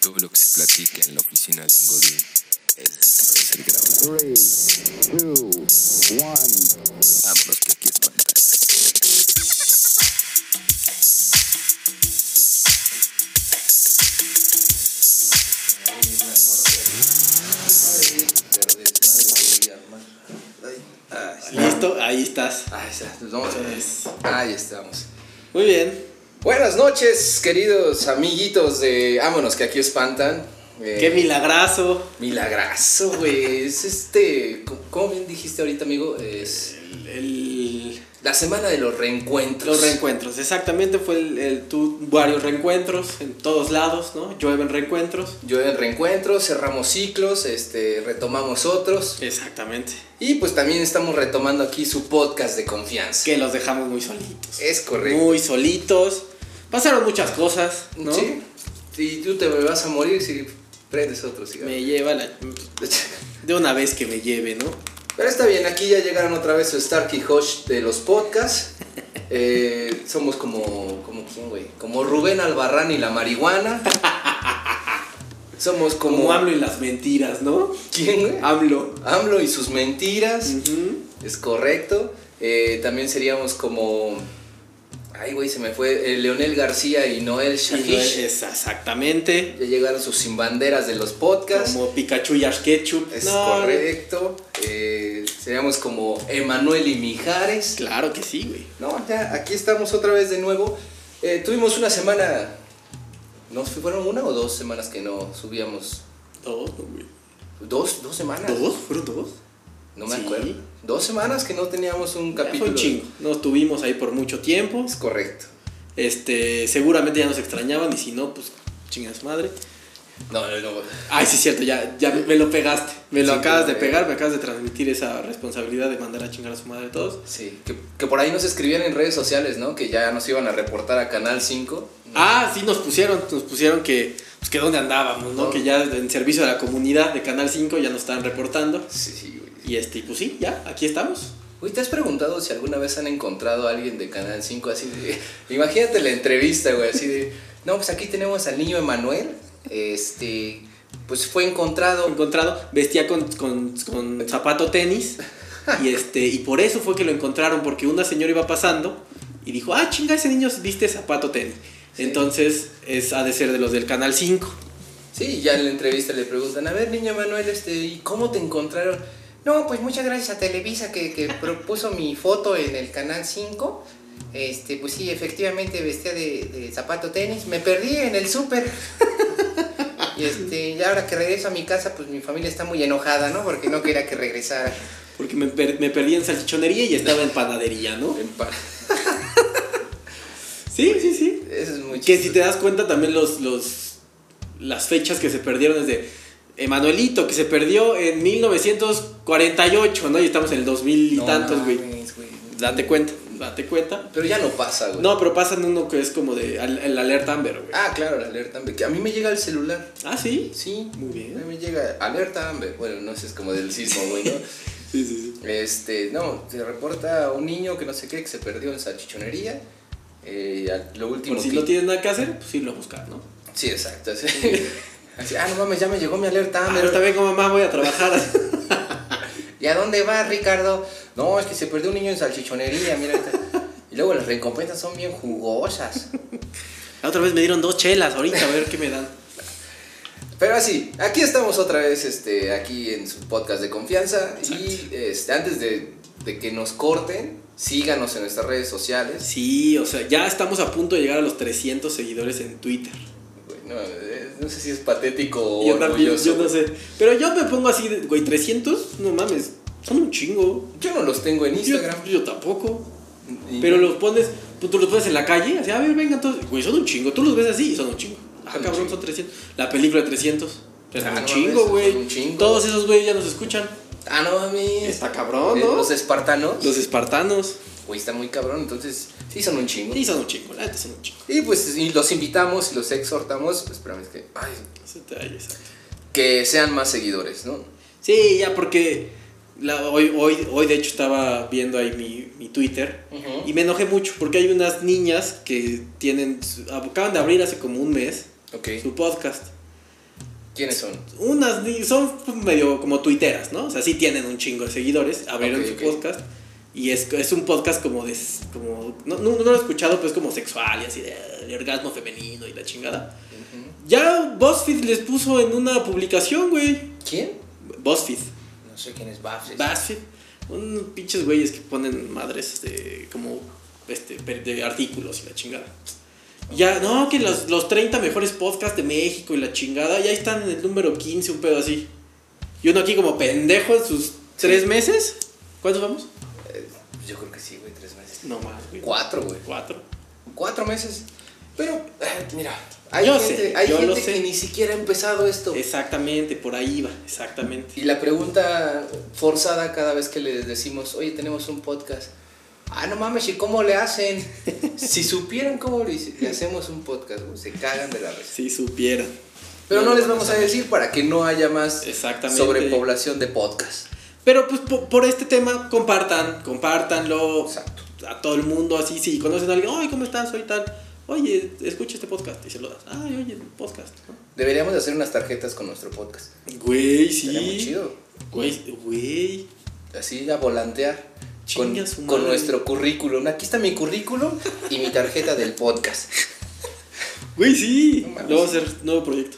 Todo lo que se platica en la oficina de un godín es digno de ser grabado. 3, 2, 1. Vámonos que aquí espanta. Listo, ahí estás. Ahí está, nos vamos a ver. Ahí estamos. Muy bien. Buenas noches, queridos amiguitos de Vámonos que aquí espantan. Eh, Qué milagrazo. milagrazo, güey. Es este. co- ¿Cómo bien dijiste ahorita, amigo? Es El- el- la semana de los reencuentros. los reencuentros. Exactamente, fue el, el- tu- varios reencuentros en todos lados, ¿no? Llueven reencuentros. Yo en reencuentros, cerramos ciclos, este, retomamos otros. Exactamente. Y pues también estamos retomando aquí su podcast de confianza. Que los dejamos muy solitos. Es correcto. Muy solitos. Pasaron muchas cosas, ¿no? ¿Sí? Y tú te vas a morir si prendes otro cigarro. Me lleva la... De una vez que me lleve, ¿no? Pero está bien, aquí ya llegaron otra vez su Stark y Hosh de los podcasts. Eh, somos como, como quién, güey, como Rubén Albarrán y la marihuana. Somos como, Como hablo y las mentiras, ¿no? ¿Quién, güey? Hablo. AMLO y Mm. sus mentiras. Es correcto. Eh, también seríamos como, ay, güey, se me fue eh, Leonel García y Noel eh. Shahish. Exactamente. Ya llegaron sus sin banderas de los podcasts. Como Pikachu y Ash Ketchup. Es No, correcto. Eh, seríamos como Emanuel y Mijares. Claro que sí, güey. No, ya, aquí estamos otra vez de nuevo. Eh, tuvimos una semana. ¿No fue- fueron una o dos semanas que no subíamos? Dos, ¿no, güey. ¿Dos? ¿Dos semanas? ¿Dos? ¿Fueron dos? No me Sí. acuerdo. Dos semanas que no teníamos un capítulo. Fue un chingo. Nos tuvimos ahí por mucho tiempo. Es correcto. Este, seguramente ya nos extrañaban y si no, pues chinga su madre. No, no, no. Ay, sí, es cierto, ya, ya me lo pegaste. Me lo Sí, acabas de claro. pegar, me acabas de transmitir esa responsabilidad de mandar a chingar a su madre a todos. Sí, que, que por ahí nos escribían en redes sociales, ¿no? Que ya nos iban a reportar a Canal 5. Ah, sí, nos pusieron, nos pusieron que, pues, que dónde andábamos, ¿no? No. Que ya en servicio de la comunidad de Canal 5 ya nos estaban reportando. Sí, sí, güey. Y este, y pues sí, ya, aquí estamos. Uy, ¿te has preguntado si alguna vez han encontrado a alguien de Canal 5 así de... Imagínate la entrevista, güey, así de... No, pues aquí tenemos al niño Emanuel. Este... Pues fue encontrado... encontrado, vestía con, con- con zapato tenis y este y por eso fue que lo encontraron porque una señora iba pasando y dijo, "Ah, chinga, ese niño viste zapato tenis." Sí. Entonces, es ha de ser de los del canal 5. Sí, ya en la entrevista le preguntan, a ver, niño Emanuel, este, ¿y cómo te encontraron? No, pues muchas gracias a Televisa que, que propuso mi foto en el Canal 5. Este, pues sí, efectivamente vestía de, de zapato tenis. Me perdí en el súper. Y este, y ahora que regreso a mi casa, pues mi familia está muy enojada, ¿no? Porque no quería que regresara. Porque me, per- me perdí en salchichonería y estaba en panadería, ¿no? Sí, sí, sí. Eso es muy Que si te das cuenta también los, los las fechas que se perdieron desde Emanuelito que se perdió en 1948, ¿no? Y estamos en el 2000 y No tantos, güey. mames, güey. Date cuenta, date cuenta. Pero ya no pasa, güey. No, pero pasan uno que es como de al- el alerta Amber, güey. Ah, claro, la alerta. Amber, que a mí me llega el celular. Ah, sí. Sí, Muy bien. A mí me llega alerta Amber. Bueno, no sé, es como del sismo, güey, ¿no? Sí, sí, sí. Este, no, se reporta a un niño que no sé qué, que se perdió en salchichonería. Eh, a- lo último Por si que- no tienes nada que hacer, pues irlo a buscar, ¿no? Sí, exacto. así. Así, ah, no mames, ya me llegó mi alerta Ah, Amber. pero también como mamá voy a trabajar. ¿Y a dónde vas, Ricardo? No, es que se perdió un niño en salchichonería, mira. y luego las recompensas son bien jugosas. La otra vez me dieron dos chelas, ahorita a ver qué me dan. Pero así, aquí estamos otra vez, este, aquí en su podcast de confianza. Y este, antes de, de que nos corten, síganos en nuestras redes sociales. Sí, o sea, ya estamos a punto de llegar a los 300 seguidores en Twitter. Güey, No, eh, no sé si es patético o yo también, orgulloso. yo no sé. Pero yo me pongo así, de, güey, 300, no mames, son un chingo. Yo no los tengo en Yo, Instagram. yo tampoco. Y- Pero los pones, pues, tú los pones en la calle, así, a ver, venga, entonces, güey, son un chingo. Tú los ves así y son un chingo. Ah, Son un cabrón, chingo. son 300. La película de 300. Pero Ah, un no chingo, mames, güey. son un chingo. Todos esos güey ya nos escuchan. Ah, no mames. Está cabrón, Eh, ¿no? Los espartanos. Los espartanos. Güey, está muy cabrón, entonces sí son un chingo. Sí, son un chingo, la neta son un chingo. Y pues y los invitamos y los exhortamos, pues, espérame, es que, ay, Eso te- ahí está. que sean más seguidores, ¿no? Sí, ya porque la- hoy, hoy, hoy de hecho estaba viendo ahí mi, mi Twitter Ujú. y me enojé mucho porque hay unas niñas que tienen, su- acaban de abrir hace como un mes Ok. su podcast. ¿Quiénes son? Unas ni- son medio como tuiteras, ¿no? O sea, sí tienen un chingo de seguidores, abrieron Ok, su ok. podcast. Y es, es un podcast como de. Como, no, no- no lo he escuchado, pero es como sexual y así de, de orgasmo femenino y la chingada. Ya BuzzFeed les puso en una publicación, güey. ¿Quién? BuzzFeed. No sé quién es Buffett. BuzzFeed. Unos pinches güeyes que ponen madres este, como este, per- de artículos y la chingada. Ya, no, que los, los 30 mejores podcasts de México y la chingada, ya están en el número 15, un pedo así. Y uno aquí como pendejo en sus tres meses. ¿Cuántos vamos? Pues Yo creo que sí, güey, tres meses. No más, güey. Cuatro, güey. Cuatro. Cuatro meses. Pero, eh, mira, hay Yo gente, sé, hay yo lo gente sé. que ni siquiera ha empezado esto. Exactamente, por ahí va, exactamente. Y la pregunta forzada cada vez que les decimos, oye, tenemos un podcast. Ah, no mames, ¿y cómo le hacen? si supieran cómo le, hice- le hacemos un podcast, güey, se cagan de la risa. Si supieran. Pero no, lo les van vamos a saber. decir para que no haya más Exactamente. sobrepoblación de podcast. Pero pues po- por, este tema, compartan, compártanlo Exacto. a todo el mundo, así, si conocen a alguien, ay, ¿cómo estás? Soy tal. Oye, escucha este podcast y se lo das. Ay, oye, podcast. ¿no? Deberíamos de hacer unas tarjetas con nuestro podcast. Güey, Sería muy sí. chido. Güey, güey. Así a volantear. Con, Chinga su con madre. nuestro currículum. Aquí está mi currículum y mi tarjeta del podcast. Güey, sí. No mames. Lo vamos a hacer, nuevo proyecto.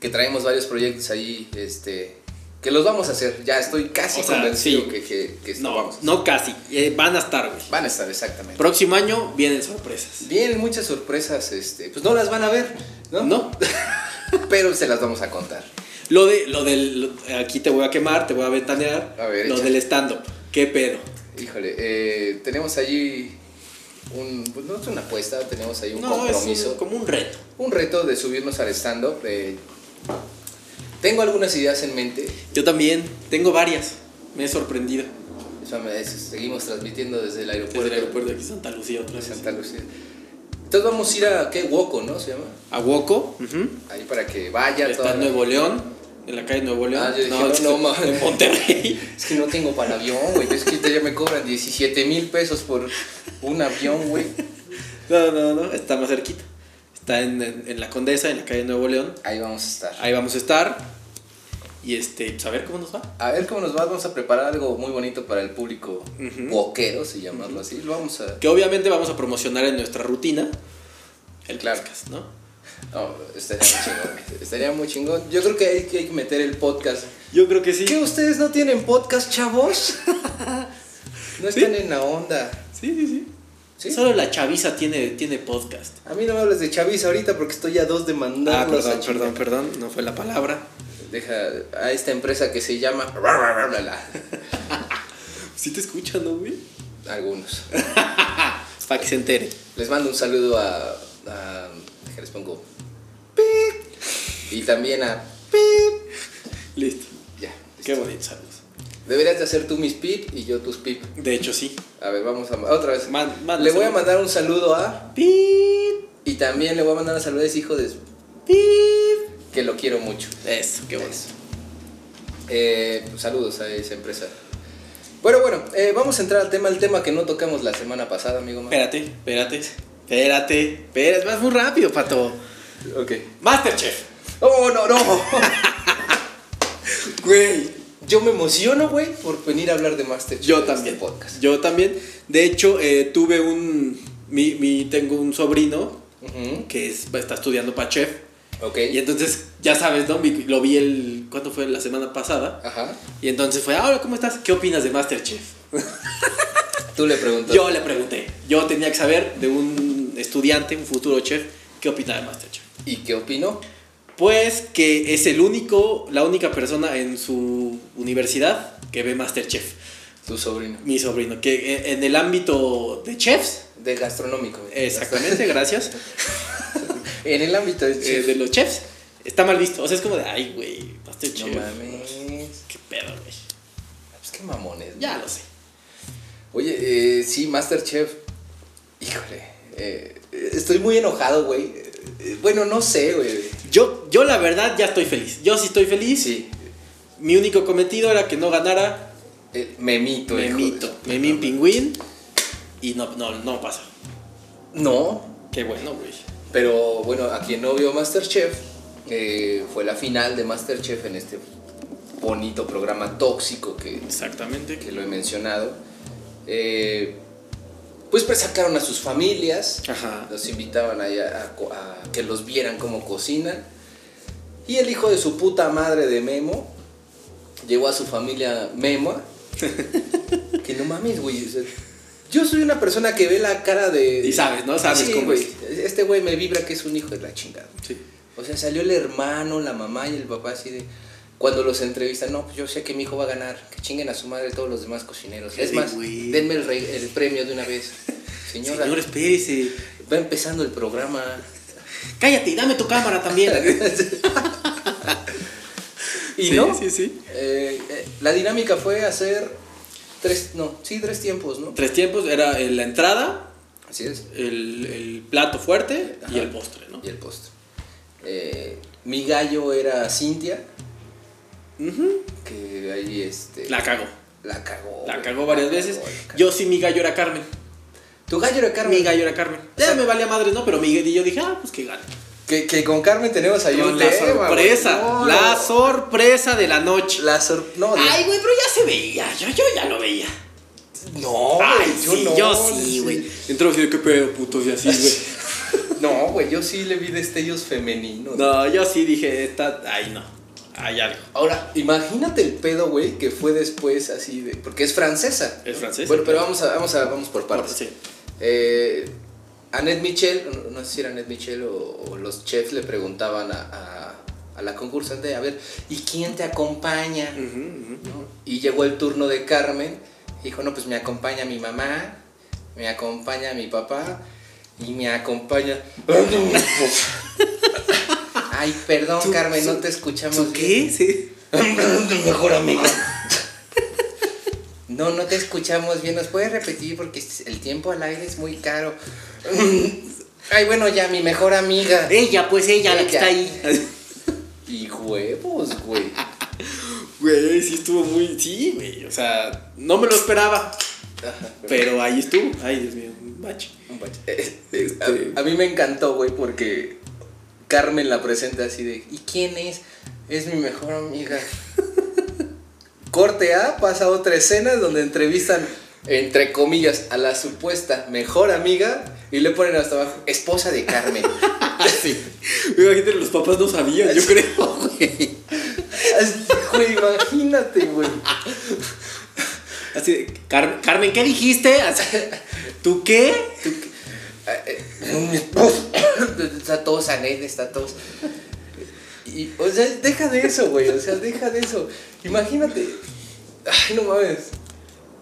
que traemos varios proyectos ahí, este, que los vamos a hacer. Ya estoy casi O sea, convencido sí. que, que, que esto No, vamos. a hacer. no casi. eh, van a estar, güey. Van a estar exactamente. Próximo año vienen sorpresas. Vienen muchas sorpresas, este, pues no las van a ver, ¿no? No. Pero se las vamos a contar. Lo de, lo del, lo- aquí te voy a quemar, te voy a ventanear. A ver, lo échale. del stand-up. ¿Qué pedo? Híjole, eh, tenemos allí un, pues, no es una apuesta, tenemos ahí un No, es compromiso, un- como un reto. un reto de subirnos al stand-up. eh. tengo algunas ideas en mente, Yo también, tengo varias. Me he sorprendido. o sea, me- seguimos transmitiendo desde el aeropuerto, Desde el aeropuerto de aquí Santa Lucía otra de vez. Santa Lucía. Entonces vamos a ir a, ¿qué? Woco, ¿no? Se llama. A Woco. Ahí para que vaya Está toda en la- Nuevo León. En la calle Nuevo León. Ah, yo dije, no, es- no, ma. En Monterrey. Es que no tengo para avión, güey. Es que ya me cobran 17 mil pesos por un avión, güey. No, no, no. Está más cerquita. Está en, en- en la Condesa, en la calle Nuevo León. Ahí vamos a estar. Ahí vamos a estar. Y este, pues a ver cómo nos va. A ver cómo nos va. Vamos a preparar algo muy bonito para el público Ujú. boquero, si llamarlo así. Lo vamos a. Que obviamente vamos a promocionar en nuestra rutina. El Claro. podcast, ¿no? No, estaría muy chingón. Estaría muy chingón. Yo creo que hay que, hay que meter el podcast. Yo creo que sí. ¿Qué ustedes no tienen podcast, chavos? No Sí. están en la onda. Sí, sí, sí. ¿Sí? Solo la chaviza tiene, tiene podcast. A mí no me hables de Chavis ahorita porque estoy a dos de Ah, mandarlos a perdón, perdón, chingar. perdón. No fue la palabra. deja a esta empresa que se llama Sí te escuchan, ¿no, güey? algunos. Para que se entere. Les mando un saludo a, a deja, les pongo pip, y también a pip. Listo. Ya. Qué listo. bonito, saludos. Deberías de hacer tú mis pip y yo tus pip. De hecho, sí. A ver, vamos a otra vez. Man- manda le voy a saludo. mandar un saludo a Pip, y también le voy a mandar un saludo a ese hijo de su- pip. que lo quiero mucho. Eso, qué bueno. Eh, saludos a esa empresa. Bueno, bueno, eh, vamos a entrar al tema, el tema que no tocamos la semana pasada, amigo. Mario. Espérate, espérate, espérate. Espérate, vas muy rápido, pato. Ok. Masterchef. Oh, no, no. Güey. Yo me emociono, güey, por venir a hablar de Masterchef. Yo en este también. podcast. Yo también. De hecho, eh, tuve un. Mi, mi- tengo un sobrino Ujú. que es- está estudiando para chef. Ok. Y entonces, ya sabes, ¿no? Mi- Lo vi el. ¿Cuánto fue? La semana pasada. Ajá. Y entonces fue, ahora, ¿cómo estás? ¿Qué opinas de Masterchef? Tú le preguntas. Yo le pregunté, yo tenía que saber de un estudiante, un futuro chef, qué opinaba de Masterchef. ¿Y qué opinó? Pues que es el único, la única persona en su universidad que ve Masterchef, Tu sobrino. mi sobrino, que e- en el ámbito de chefs, De gastronómico. güey. exactamente, gracias, En el ámbito de eh, chef. de los chefs, está mal visto. O sea, es como de, ay, güey, No Masterchef. mames. Qué pedo, güey. Pues qué mamones. Ya güey. lo sé. Oye, eh, sí, Masterchef. Híjole. eh, estoy muy enojado, güey. Eh, Bueno, no sé, güey. Yo, yo la verdad ya estoy feliz. Yo sí estoy feliz. Sí. Mi único cometido era que no ganara eh, memito, hijo de Memito, su- Memín Pingüín y no, no, no pasa. No, Qué bueno, güey. Pero bueno, a quien no vio Masterchef, eh, fue la final de Masterchef en este bonito programa tóxico que, Exactamente. que lo he mencionado. Eh, pues pues, sacaron a sus familias, Ajá. los invitaban ahí a, a co- a que los vieran cómo cocinan. Y el hijo de su puta madre de Memo llegó a su familia Memo. que no mames, güey. o sea, yo soy una persona que ve la cara de. Y sabes, ¿no? Sabes Sí, cómo güey. es. Este güey me vibra que es un hijo de la chingada. Sí. O sea, salió el hermano, la mamá y el papá así de... Cuando los entrevistan, no, pues yo sé que mi hijo va a ganar, que chinguen a su madre todos los demás cocineros. Qué Es más, güey. denme el, rey- el premio de una vez. Señora, Señor, espérese. va empezando el programa. Cállate y dame tu cámara también. Y Sí, no, Sí, sí. eh, eh, la dinámica fue hacer tres, no, sí, tres tiempos, ¿no? Tres tiempos era eh, la entrada, Así es. el, el plato fuerte y Ajá. el postre, ¿no? Y el postre. Eh, mi gallo era Cintia, Ujú. que ahí este... La cagó. la cagó. La güey. cagó varias veces. la cagó. Yo sí, mi gallo era Carmen. Tu gallo era Carmen. Mi gallo era Carmen. Ya me valía madre, ¿no? Pero mi, y yo dije, ah, pues que gane. Que, que con Carmen tenemos ahí Con un la tema, güey. sorpresa. No, la no. sorpresa de la noche. La sor... No, de- Ay, güey, pero ya se veía. Yo, yo ya lo veía. no, Ay, yo sí, güey, no, yo sí, güey. Entró así de qué pedo, putos, y así, güey. No, güey, yo sí le vi destellos femeninos. No, yo sí dije, esta. Ay, no. Hay algo. Ahora, imagínate el pedo, güey, que fue después así de... Porque es francesa. Es francesa. Bueno, pero vamos a, vamos a, vamos por partes. Sí. Eh, Annette Michel, no, no sé si era Annette Michel o, o los chefs le preguntaban a, a- a la concursante, a ver, ¿y quién te acompaña? Ujú, ujú. ¿no? Y llegó el turno de Carmen. Dijo, no, pues me acompaña mi mamá, me acompaña mi papá y me acompaña... Ay, perdón, ¿Tú- Carmen, no tú- te escuchamos. ¿Tú qué? Sí. bien. Tu mejor amigo. No, no te escuchamos bien. ¿Nos puedes repetir? Porque el tiempo al aire es muy caro. Ay, bueno, ya, mi mejor amiga. Ella, pues ella, la que Ella. está ahí. Y huevos, güey. Güey, sí estuvo muy. Sí, güey. O sea, no me lo esperaba. Pero ahí estuvo. Ay, Dios mío, un bache. Un bache. Eh, eh, a, a mí me encantó, güey, porque Carmen la presenta así de, ¿y quién es? Es mi mejor amiga. Corte A, pasa otra escena donde entrevistan, entre comillas, a la supuesta mejor amiga y le ponen hasta abajo, esposa de Carmen. Me imagino que los papás no sabían, yo creo, güey. Así, güey, imagínate, güey. Así de, "Car- Carmen, ¿qué dijiste? Así, ¿Tú qué? Ah, eh, está tos, Anel, está tos. Y, o sea, deja de eso, güey. O sea, deja de eso. Imagínate. Ay, no mames.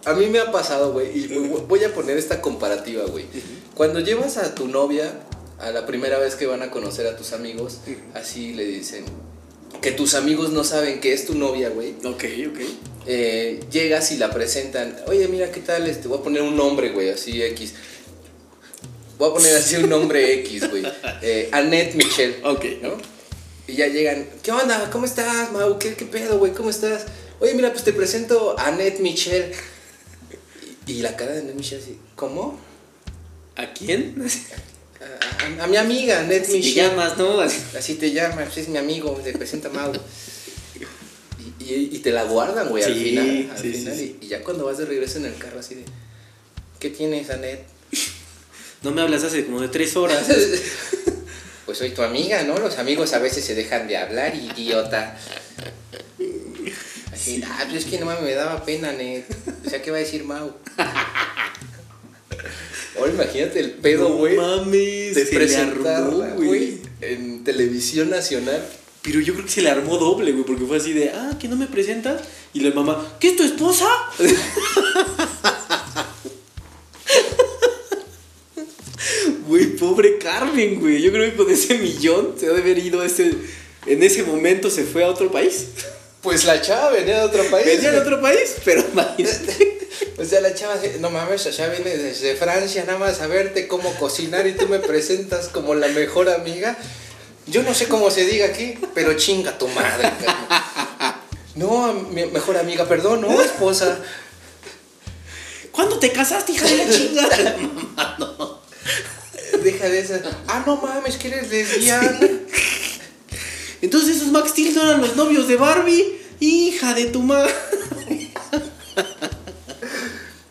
A mí me ha pasado, güey. Y voy- voy a poner esta comparativa, güey. Cuando llevas a tu novia a la primera vez que van a conocer a tus amigos, así le dicen que tus amigos no saben que es tu novia, güey. Ok, ok. Eh, llegas y la presentan. Oye, mira, ¿qué tal? Este, voy a poner un nombre, güey, así X. Voy a poner así un nombre X, güey. Eh, Annette Michelle. Ok, ¿no? Y ya llegan. ¿Qué onda? ¿Cómo estás, Mau? ¿Qué, qué pedo, güey? ¿Cómo estás? Oye, mira, pues te presento a Annette Michelle. Y, y la cara de Annette Michelle así, ¿cómo? ¿A quién? A, a- a mi amiga, Annette Si te Michelle. llamas, ¿no? Así. Así te llama, pues, es mi amigo, te presenta Mau. Y, y- y te la guardan, güey, al Sí, final. al sí, sí, final, sí. Y, y ya cuando vas de regreso en el carro, así de. ¿Qué tienes, Anet? No me hablas hace como de tres horas. pues soy tu amiga, ¿no? Los amigos a veces se dejan de hablar, idiota. Así, ah, pues es que no mames, me daba pena, Anet. O sea, ¿qué va a decir Mau? Ahora imagínate el pedo, güey. No mames, de se le armó, presentarla, güey, güey. en televisión nacional. Pero yo creo que se le armó doble, güey, porque fue así de, ah, que no me presentas. Y la mamá, ¿qué es tu esposa? Güey, pobre Carmen, güey. Yo creo que con ese millón se ha de haber ido a ese. En ese momento se fue a otro país. Pues la chava venía de otro país. Venía de güey. otro país, pero imagínate. O sea, la chava, no mames, allá viene desde Francia nada más a verte cómo cocinar y tú me presentas como la mejor amiga. Yo no sé cómo se diga aquí, pero chinga tu madre. cabrón. No, a mi mejor amiga, perdón, no, esposa. ¿Cuándo te casaste, hija de la chingada? Mamá, no. Eh, Deja de esas. Ah, no mames, que eres lesbiana. Entonces esos Max Steel no eran los novios de Barbie. Hija de tu madre.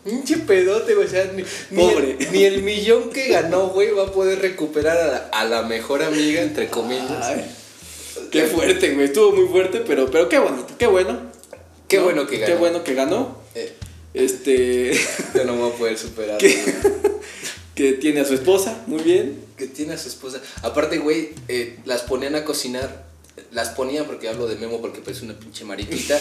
Pinche pedote, güey. O sea, ni, ni Pobre. el, ni el millón que ganó, güey, va a poder recuperar a la, a la mejor amiga, entre comillas. Ay, qué fuerte, güey. Estuvo muy fuerte, pero, pero qué bonito, qué bueno. Qué ¿No? bueno que ganó. Qué bueno que ganó. Eh, Este. yo no voy a poder superar. que, que tiene a su esposa, muy bien. Que tiene a su esposa. Aparte, güey, eh, las ponían a cocinar. Las ponían, porque hablo de Memo porque parece una pinche mariquita.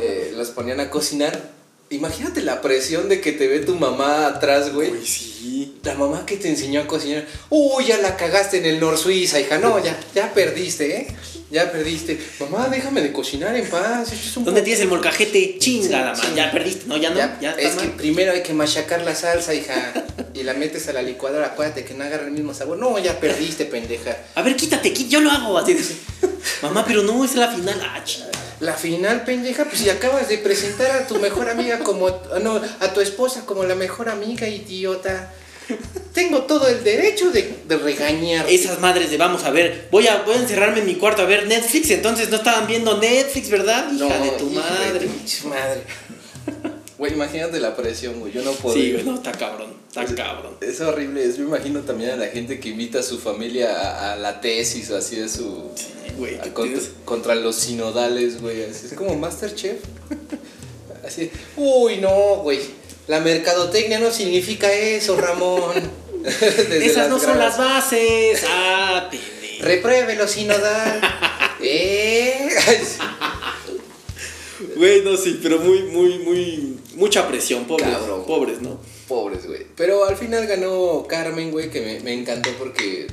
eh, las ponían a cocinar. Imagínate la presión de que te ve tu mamá atrás, güey. sí. La mamá que te enseñó a cocinar. Uy, ya la cagaste en el Nor Suiza, hija. No, ya, ya perdiste, ¿eh? Ya perdiste. Mamá, déjame de cocinar en paz. esto es un ¿Dónde po- tienes el molcajete? Chingada, Sí, man. sí. Ya perdiste, no, ya no. Ya, Ya, está es que mal. primero hay que machacar la salsa, hija. Y la metes a la licuadora. Acuérdate que no agarra el mismo sabor. No, ya perdiste, pendeja. A ver, quítate, qui- yo lo hago. Así dice. Mamá, pero no, es la final. Ah, chingada. La final, pendeja, pues si acabas de presentar a tu mejor amiga como. ah, No, a tu esposa como la mejor amiga, idiota. Tengo todo el derecho de, de regañar. Esas madres de vamos a ver, voy a, voy a encerrarme en mi cuarto a ver Netflix. Entonces no estaban viendo Netflix, ¿verdad? Hija de tu madre. madre. Güey, imagínate la presión, güey. Yo no puedo. Sí, güey, no, está cabrón, está Pues, cabrón. Es horrible. Es, me imagino también a la gente que invita a su familia a, a la tesis o así de su. Güey, a ¿qué contra, tienes? contra los sinodales, güey. así Es como Masterchef. Así. Uy, no, güey. La mercadotecnia no significa eso, Ramón. Desde Esas no son gradas. las bases. Ah, pendejo. Repruébelo, sinodal. ¿Eh? Güey, no, sí, pero muy, muy, muy. Mucha presión, pobres. Cabrón. Pobres, ¿no? Pobres, güey. Pero al final ganó Carmen, güey, que me, me encantó porque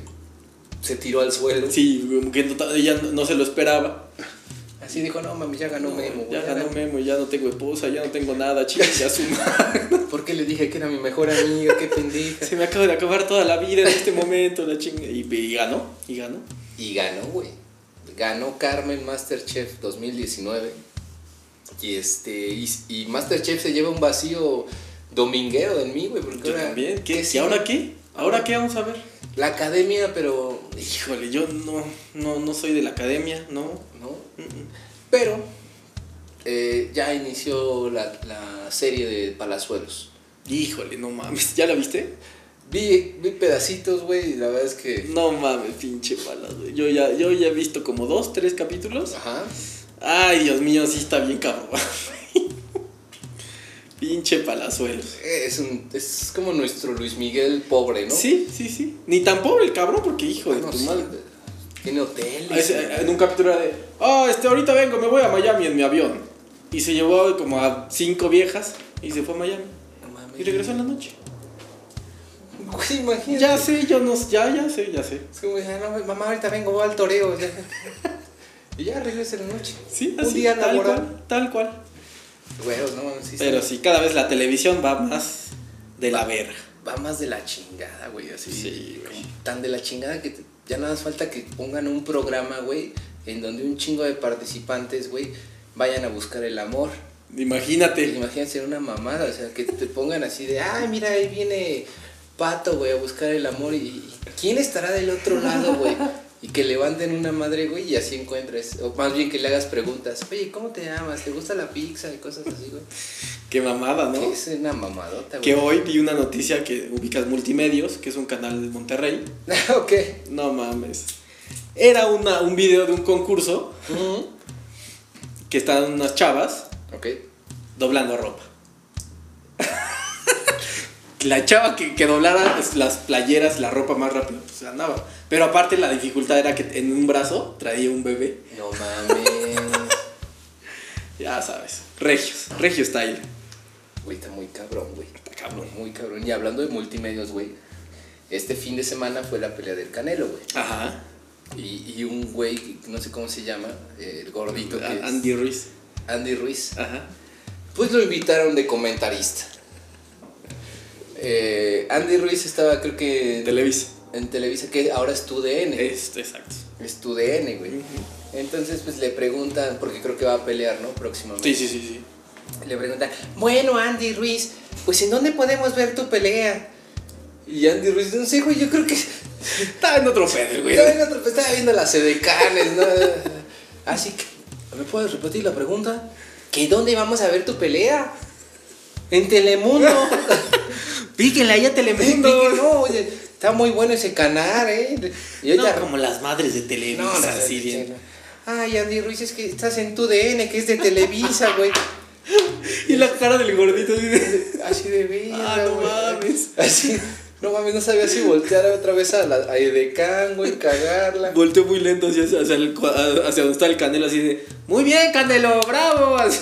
se tiró al suelo. Sí, como que no- ella no, no se lo esperaba. Así dijo, no, mami, ya ganó Memo. güey, ya ya ganó ganó". Memo, ya no tengo esposa, ya no tengo nada, chicas, ya suma. ¿Por qué le dije que era mi mejor amiga? Qué pendeja. se me acaba de acabar toda la vida en este momento, la chinga. Y, y ganó, y ganó. Y ganó, güey. Ganó Carmen Masterchef 2019. Y este y, y Masterchef se lleva un vacío dominguero en mí, güey. Porque Yo ahora- también. ¿Qué? ¿qué ¿Y sigue? ahora qué? ¿Ahora qué vamos a ver? La academia, pero. Híjole, yo no, no, no soy de la academia, no. ¿no? Pero eh, ya inició la, la serie de Palazuelos. Híjole, no mames. ¿Ya la viste? Vi, vi pedacitos, güey, y la verdad es que... No mames, pinche palas, güey. Yo ya, yo ya he visto como dos, tres capítulos. Ajá. Ay, Dios mío, sí está bien cabrón. Pinche palazuelos. Es, un- es como nuestro Luis Miguel pobre, ¿no? Sí, sí, sí. Ni tan pobre el cabrón, porque hijo Ah, de no, tu sí. madre. Tiene Ah, hoteles. ese- En un capítulo era de, oh, este, ahorita vengo, me voy a Miami en mi avión. Y se llevó como a cinco viejas y se fue a Miami. No mames. Y regresó en la noche. Güey, imagínate. Ya sé, yo no, ya, ya sé, ya sé. Es como, "Ah, no, mamá, ahorita vengo, voy al toreo. ya". y ya regresa en la noche. Sí, Un así, día tal laboral. cual, tal cual. Güey, no mames, sí, Pero sí. sí, cada vez la televisión va más de la verga. Va más de la chingada, güey, así. Sí, güey. Tan de la chingada que te- ya nada más falta que pongan un programa, güey, en donde un chingo de participantes, güey, vayan a buscar el amor. Imagínate. Imagínense una mamada, o sea, que te pongan así de, ay, mira, ahí viene Pato, güey, a buscar el amor. ¿Y y quién estará del otro lado, güey? Y que levanten una madre, güey, y así encuentres. O más bien que le hagas preguntas. Oye, ¿cómo te llamas? ¿Te gusta la pizza? Y cosas así, güey. Qué mamada, ¿no? Que Es una mamadota, güey. Que hoy vi una noticia que ubicas Multimedios, que es un canal de Monterrey. ok. No mames. Era una, un video de un concurso Ujú. que están unas chavas Ok. doblando ropa. la chava que, que doblara pues, las playeras, la ropa más rápido, pues andaba. Pero aparte la dificultad era que en un brazo traía un bebé. No mames. Ya sabes. Regios, Regio Style. Güey, está muy cabrón, güey. Está cabrón. Muy cabrón. Y hablando de multimedios, güey. Este fin de semana fue la pelea del Canelo, güey. Ajá. Y, y un güey, no sé cómo se llama, eh, el gordito que es A- Ah, Andy Ruiz. Andy Ruiz. Ajá. Pues lo invitaron de comentarista. Eh, Andy Ruiz estaba, creo que. En Televisa. en Televisa, que ahora es tu DN. Este, exacto. Es tu DN, güey. Entonces, pues le preguntan, porque creo que va a pelear, ¿no? Próximamente. Sí, sí, sí, sí. Le preguntan, bueno Andy Ruiz, pues ¿en dónde podemos ver tu pelea? Y Andy Ruiz, no sé, güey, yo creo que... Está en otro pedo, güey. Estaba viendo, estaba viendo las edecanes, ¿no? Así que, ¿me puedes repetir la pregunta? ¿Que dónde vamos a ver tu pelea? En Telemundo. Píquenle allá a Telemundo. Dije, no, oye, está muy bueno ese canal, ¿eh? Y No, ahorita- como las madres de Televisa, No, no, así no, bien. no. Ay, Andy Ruiz, es que estás en tu DN, que es de Televisa, güey. Y la cara del gordito así de... Así de verga, Ah, no güey. mames. Así, no mames, no sabía si voltear otra vez a, la, a Edecán, güey, cagarla. Volteó muy lento hacia, hacia, el cua- hacia donde está el Canelo, así de... Muy bien, Canelo, bravo. así.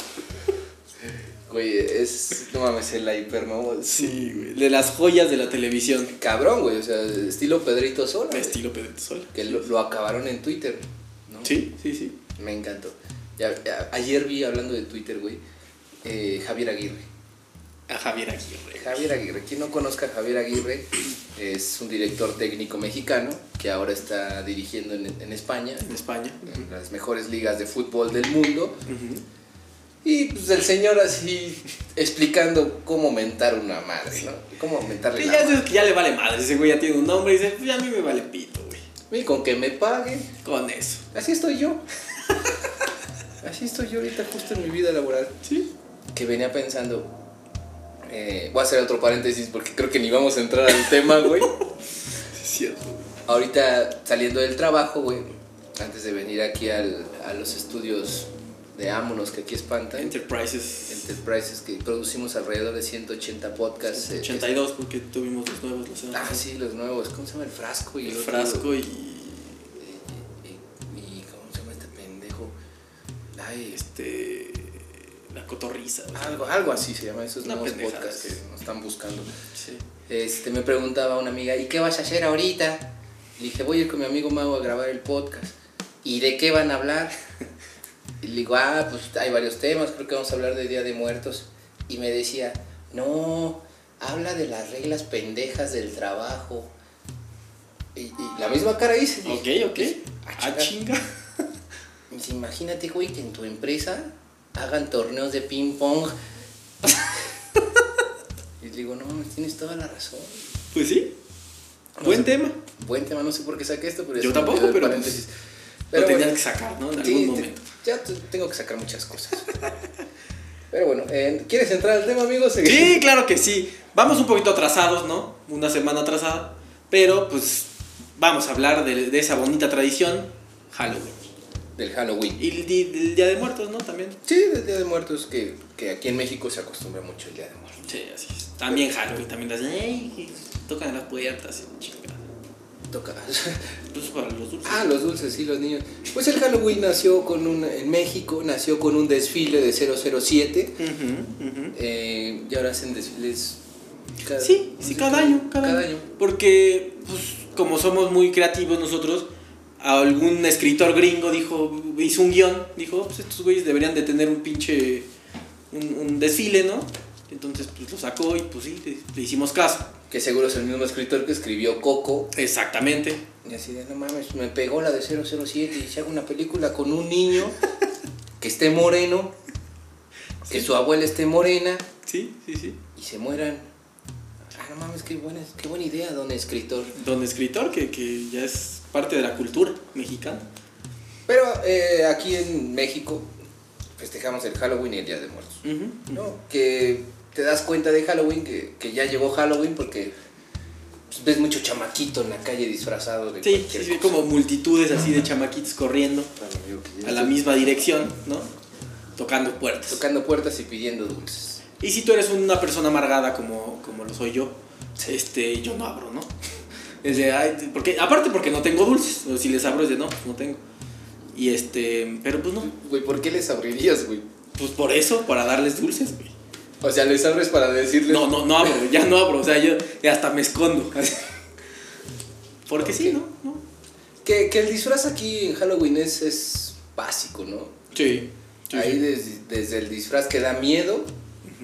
Güey, es, no mames, el hipermamón. Sí, güey. De las joyas de la televisión. Cabrón, güey, o sea, estilo Pedrito Sola. güey. Estilo Pedrito Sola. Que lo, lo acabaron en Twitter, ¿no? Sí, sí, sí. Me encantó. Ya- ya- ayer vi, hablando de Twitter, güey, eh, Javier Aguirre. A Javier Aguirre. Javier Aguirre, quien no conozca a Javier Aguirre, es un director técnico mexicano que ahora está dirigiendo en, en España, En España. en las mejores ligas de fútbol del mundo. Y pues el señor así explicando cómo mentar una madre, ¿no? Cómo mentarle Y la ya, madre. sabes que ya le vale madre. Ese güey ya tiene un nombre y dice... Pues ya a mí me vale pito, güey. Y con que me paguen, Con eso. así estoy yo. Así estoy yo ahorita justo en mi vida laboral. Sí. que venía pensando. eh, voy a hacer otro paréntesis porque creo que ni vamos a entrar al tema, güey. Sí, es cierto. Ahorita saliendo del trabajo, güey, antes de venir aquí al- a los estudios de Ámonos, que aquí espantan, Enterprises. Enterprises, que producimos alrededor de 180 podcasts. eh, 82 porque tuvimos los nuevos la semana Ah, pasada. sí, los nuevos. ¿Cómo se llama el frasco? Y El otro? frasco y Y, y- y- ¿Cómo se llama este pendejo? Ay, este la cotorriza. o sea, algo, algo así se llama esos Una nuevos pendejada, podcasts que sí. nos están buscando. sí. Este, me preguntaba una amiga, ¿y qué vas a hacer ahorita? Le dije, voy a ir con mi amigo Mago a grabar el podcast. ¿Y de qué van a hablar? Y le digo, ah, pues hay varios temas, creo que vamos a hablar de Día de Muertos. Y me decía, no, habla de las reglas pendejas del trabajo. Y, y la misma cara hice. Ok, Dije, ok. Ah, Ah, chinga. Dice, imagínate, güey, que en tu empresa hagan torneos de ping pong. y le digo, no, mames, tienes toda la razón. Pues sí. No Buen sé. tema. Buen tema, no sé por qué saqué esto, pero Yo es tampoco, un pero paréntesis. pues, Pero Lo tenías bueno, que sacar, ¿no? En sí, algún te- momento. Ya t- tengo que sacar muchas cosas. pero bueno, eh, ¿quieres entrar al tema, amigos? Sí, claro que sí. Vamos un poquito atrasados, ¿no? Una semana atrasada. Pero pues vamos a hablar de, de esa bonita tradición, Halloween. Del Halloween. Y el, di- el Día de Muertos, ¿no? También. Sí, del Día de Muertos, que, que aquí en México se acostumbra mucho el Día de Muertos. Sí, así es. También Halloween, también las. ¡Ey! Tocan las puertas y chinga. Toca. Entonces para los dulces. ah, los dulces, sí, los niños. Pues el Halloween nació con un. En México nació con un desfile de 007. Ujú, ujú. eh, y ahora hacen desfiles. cada- Sí, sí, cada año, cada, año. Porque, pues, como somos muy creativos nosotros, algún escritor gringo dijo, hizo un guión, dijo, pues estos güeyes deberían de tener un pinche, un, un desfile, ¿no? Entonces, pues lo sacó y pues sí, le, le hicimos caso. Que seguro es el mismo escritor que escribió Coco. Exactamente. Y así de, no mames, me pegó la de 007 y si hago una película con un niño que esté moreno, que su abuela esté morena Sí, sí, sí. y se mueran. Ah, no mames, qué buena, qué buena idea, don escritor. Don escritor, que, que ya es parte de la cultura mexicana. Pero eh, aquí en México festejamos el Halloween y el Día de Muertos. Ujú. ¿no? Que te das cuenta de Halloween, que, que ya llegó Halloween porque pues, ves mucho chamaquito en la calle disfrazado de Sí, sí, cualquier sí, cosa. como multitudes así de chamaquitos corriendo Para mí, que ya a la estoy misma dirección, ¿no? Tocando puertas. Tocando puertas y pidiendo dulces. Y si tú eres una persona amargada como, como lo soy yo, este, yo no abro, ¿no? Es de, ay, porque, aparte porque no tengo dulces, o si les abro es de, no, pues no tengo. Y este, pero pues no, Güey, ¿por qué les abrirías, güey? pues por eso, para darles dulces, güey. O sea, les abres para decirles. No, no, no abro, ya no abro, o sea, yo hasta me escondo. Porque sí, ¿no? ¿No? Que, que el disfraz aquí en Halloween es, es básico, ¿no? Sí. sí, Ahí sí. des- desde el disfraz que da miedo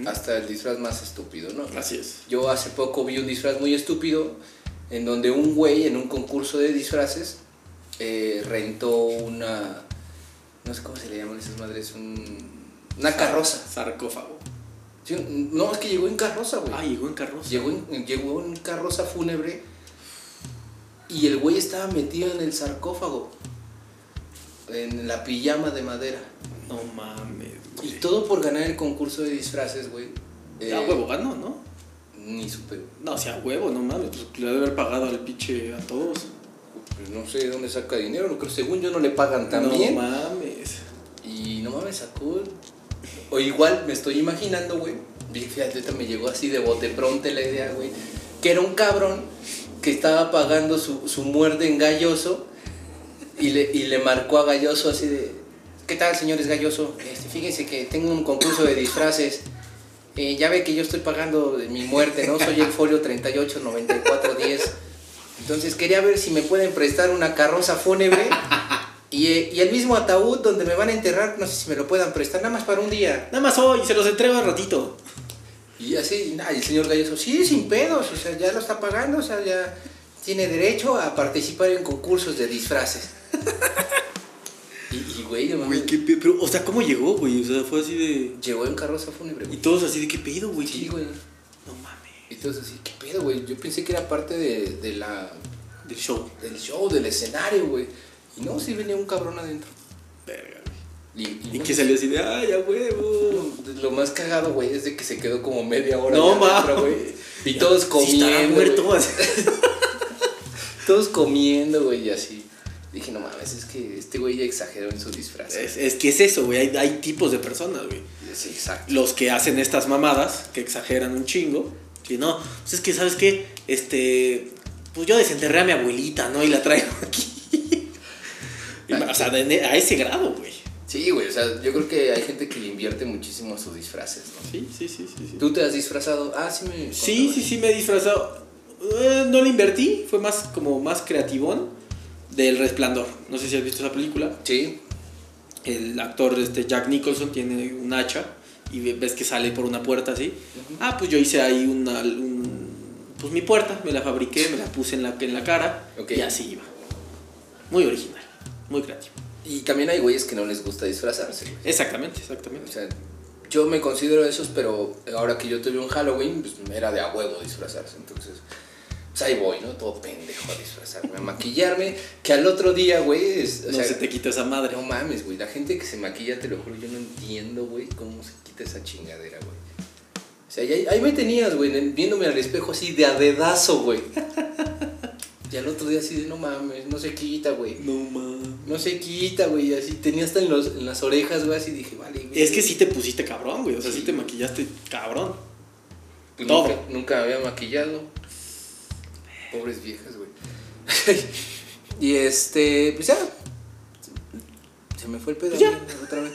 hasta el disfraz más estúpido, ¿no? Así es. Yo hace poco vi un disfraz muy estúpido en donde un güey en un concurso de disfraces eh, rentó una. No sé cómo se le llaman esas madres, un- una carroza. Sarcófago. Sí, un- no, es que llegó en carroza, güey. Ah, llegó en carroza. Llegó en, llegó en carroza fúnebre y el güey estaba metido en el sarcófago. en la pijama de madera. No mames. Y güey. todo por ganar el concurso de disfraces, güey. Eh, A huevo ganó, ¿no? Ni supe. güey. No, o sea, a huevo, no mames. Pues le ha de haber pagado al pinche a todos. Pues no sé de dónde saca dinero, no creo, según yo no le pagan también. No mames. y no mames, sacó. O igual me estoy imaginando, güey. bien, Fíjate, ahorita me llegó así de bote pronto la idea, güey. Que era un cabrón que estaba pagando su, su muerte en Galloso y le, y le marcó a Galloso así de. ¿Qué tal, señores Galloso? Este, fíjense que tengo un concurso de disfraces. Eh, ya ve que yo estoy pagando de mi muerte, ¿no? Soy el folio 389410. Entonces quería ver si me pueden prestar una carroza fúnebre y, eh, y el mismo ataúd donde me van a enterrar, no sé si me lo puedan prestar, nada más para un día. Nada más hoy, se los entrego al ratito. Y así, y nada, y el señor Galloso, sí. Sí, sin pedos, o sea, ya lo está pagando, o sea, ya tiene derecho a participar en concursos de disfraces. Y, y, güey, no mames, Güey, qué pe- Pero, o sea, ¿cómo llegó, güey? O sea, fue así de. llegó en carroza fúnebre, Y güey. todos así de qué pedo, güey. Sí, güey. No mames. Y todos así, ¿qué pedo, güey? Yo pensé que era parte de, de la, Del show. del show, del escenario, güey. Y no, sí venía un cabrón adentro. Verga, güey. Y, Y no, que salió así de, ay, a huevo. Lo más cagado, güey, es de que se quedó como media hora. No, ahí adentro, mames. güey. Y todos Sí, comiendo. estará güey. muerto. así. Todos comiendo, güey, y así. Dije, no mames, es que este güey ya exageró en su disfraz. Es, es que es eso, güey. Hay, hay tipos de personas, güey. Sí, exacto. Los que hacen estas mamadas, que exageran un chingo. Que no, pues es que, ¿sabes qué? Este. Pues yo desenterré a mi abuelita, ¿no? Y la traigo aquí. Y, o sea, de- a ese grado, güey. Sí, güey, o sea, yo creo que hay gente que le invierte muchísimo a sus disfraces, ¿no? Sí, sí, sí, sí. sí. ¿Tú te has disfrazado? Ah, sí, me. Sí, sí, sí, me he disfrazado. Eh, no le invertí, fue más como más creativón del Resplandor. No sé si has visto esa película. Sí. El actor este Jack Nicholson tiene un hacha y ve- ves que sale por una puerta así. Ah, pues yo hice ahí una, un- pues mi puerta, me la fabriqué, me la puse en la, en la cara Ok. y así iba. Muy original, muy creativo. Y también hay güeyes que no les gusta disfrazarse, güey. Exactamente, O exactamente. sea, yo me considero de esos, pero ahora que yo tuve un Halloween, pues era de a huevo disfrazarse. Entonces, pues ahí voy, ¿no? Todo pendejo a disfrazarme, a maquillarme. Que al otro día, güey, es- o no sea, se te quita esa madre. no mames, güey. La gente que se maquilla, te lo juro, yo no entiendo, güey, cómo se quita esa chingadera, güey. O sea, y ahí, ahí me tenías, güey, en- viéndome al espejo así de a dedazo, güey. Y al otro día así de, no mames, no se quita, güey. No mames. No se quita, güey. y Así tenía hasta en, los, en las orejas, güey, así dije, vale, güey. Es que sí te pusiste cabrón, güey. O sea, sí Sí. te maquillaste cabrón. Pues Todo. Nunca, nunca me había maquillado. Pobres viejas, güey. y este, pues ya. Se me fue el pedo. Pues ya. güey, Otra vez.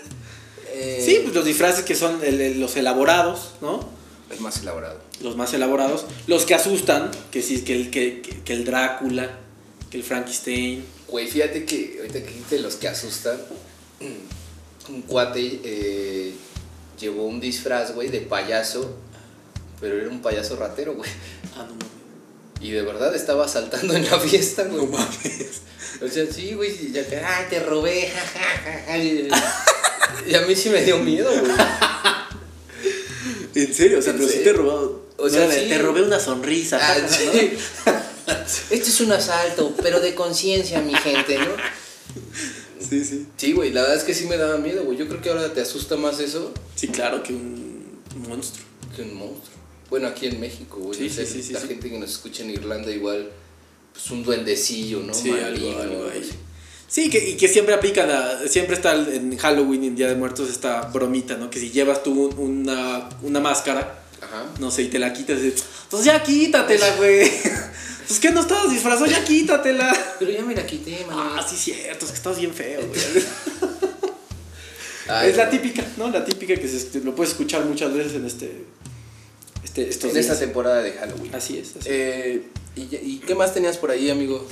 Eh, Sí, pues los disfraces que son el- el- los elaborados, ¿no? Es más elaborado. Los más elaborados. Los que asustan, que sí, que el, que, que- que el Drácula, que el Frankenstein. Güey, fíjate que ahorita que dijiste los que asustan. Un cuate eh, llevó un disfraz, güey, de payaso. Pero era un payaso ratero, güey. Ah, no mames. Y de verdad estaba saltando en la fiesta, güey. No mames. O sea, sí, güey. y ya que, "Ay, te robé, ja, ja, ja, ja", Y y a mí sí me dio miedo, güey. En serio, o sea, pero sí te robó. o sea, sí. te robé una sonrisa. Ah, ¿no? sí. Este es un asalto, pero de conciencia, mi gente, ¿no? sí, sí. Sí, güey, la verdad es que sí me daba miedo, güey. Yo creo que ahora te asusta más eso Sí, claro que un monstruo. que un monstruo. Bueno, aquí en México, güey. Sí, o sea, sí, sí, sí, La sí. gente que nos escucha en Irlanda igual, pues un duendecillo, ¿no? Sí, algo, Maligno, algo ahí. güey. Sí, que, y que siempre aplican a- Siempre está el- en Halloween y en Día de Muertos esta bromita, ¿no? Que si llevas tú un- una, una máscara, Ajá. no sé, y te la quitas. y- Pues ya quítatela, güey. Pues que no estabas disfrazado, ya quítatela. Pero ya me la quité, Ah, man. sí, cierto, es que estás bien feo, güey. Ay, Es la güey. típica, ¿no? La típica que se- lo puedes escuchar muchas veces en este. este estos En esta días. temporada de Halloween. Así es. así es. Eh, ¿y, ya- ¿Y qué más tenías por ahí, amigo?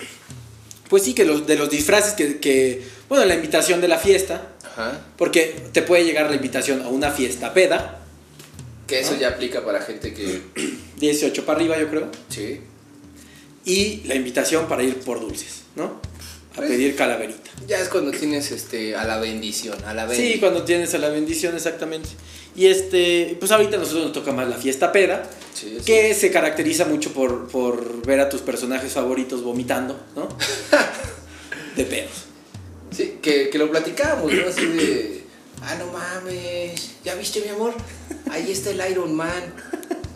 Pues sí, que los, de los disfraces que, que. Bueno, la invitación de la fiesta. Ajá. Porque te puede llegar la invitación a una fiesta peda. Que Ah. eso ya aplica para gente que. 18 para arriba, yo creo. Sí. Y la invitación para ir por dulces, ¿no? A Pues- pedir calaverita. Ya es cuando tienes este a la bendición, a la Sí, bendición. cuando tienes a la bendición, exactamente. Y este, pues ahorita a nosotros nos toca más la fiesta peda, Sí, Pues sí. que se caracteriza mucho por, por ver a tus personajes favoritos vomitando, ¿no? De pedos. Sí, que, que lo platicábamos, ¿no? Así de. Ah, no mames. ¿Ya viste, mi amor? Ahí está el Iron Man.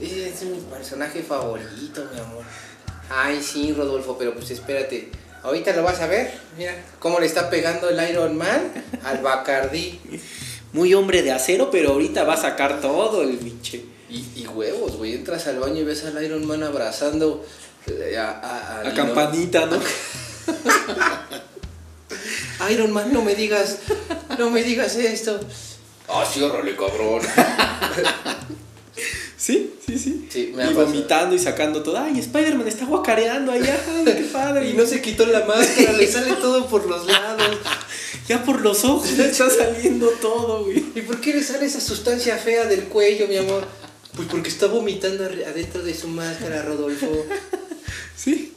Ese es mi personaje favorito, mi amor. Ay, sí, Rodolfo, pero pues espérate. Ahorita lo vas a ver. Mira cómo le está pegando el Iron Man al Bacardí. Muy hombre de acero, pero ahorita va a sacar todo el biche. Y, y huevos, güey. Entras al baño y ves al Iron Man abrazando eh, a, a, a La Lino. campanita, ¿no? Iron Man, no me digas, no me digas esto. Ah, sí, órale, cabrón. Sí, sí, sí. Sí, me ha y pasado. vomitando y sacando todo. Ay, Spider-Man está guacareando allá. Ay, qué padre. Y no se quitó la máscara, le sale todo por los lados. Ya por los ojos le está saliendo todo, güey. ¿Y por qué le sale esa sustancia fea del cuello, mi amor? Pues porque está vomitando arri- adentro de su máscara, Rodolfo. Sí,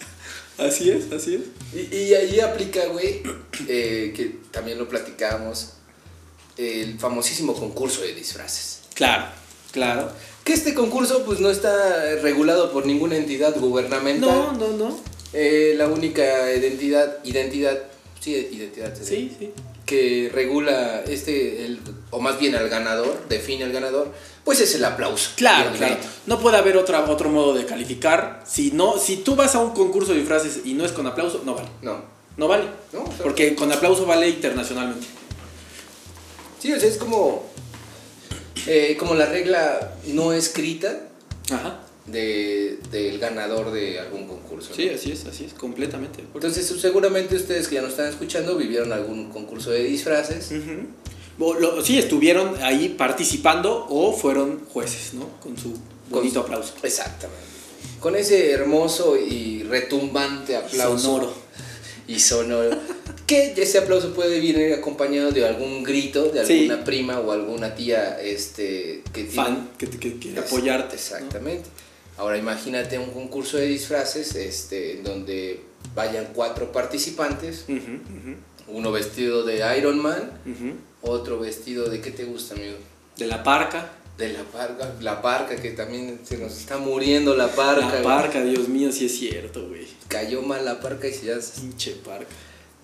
así es, así es. Y, y ahí aplica, güey, eh, que también lo platicábamos, el famosísimo concurso de disfraces. Claro, claro. Que este concurso, pues, no está regulado por ninguna entidad gubernamental. No, no, no. Eh, la única identidad, identidad, sí, identidad, sería, Sí, sí. que regula este, el- o más bien al ganador, define al ganador, pues es el aplauso. Claro, Y el claro. grito. No puede haber otra, otro modo de calificar. Si no, si tú vas a un concurso de disfraces y no es con aplauso, no vale. No, No vale. no, o sea, Porque con aplauso vale internacionalmente. sí, o sea, es como, eh, como la regla no escrita, Ajá. de, del ganador de algún concurso. ¿no? Sí, así es, así es, completamente. Entonces, seguramente ustedes que ya nos están escuchando vivieron algún concurso de disfraces. Ujú. O lo- sí, estuvieron ahí participando o fueron jueces, ¿no? Con su bonito aplauso. Exactamente. Con ese hermoso y retumbante aplauso. Sonoro. Y sonoro. que ese aplauso puede venir acompañado de algún grito de Sí. alguna prima o alguna tía este, que tiene- Pues, Fan que te que quiere apoyarte. ¿no? Exactamente. Ahora imagínate un concurso de disfraces este, en donde vayan cuatro participantes, Ujú, ujú, uno vestido de Iron Man, ujú. Otro vestido de qué te gusta, amigo? De la parca. De la parca, la parca que también se nos está muriendo la parca. la güey. parca, Dios mío, sí es cierto, güey. Cayó mal la parca y se ya Pinche parca.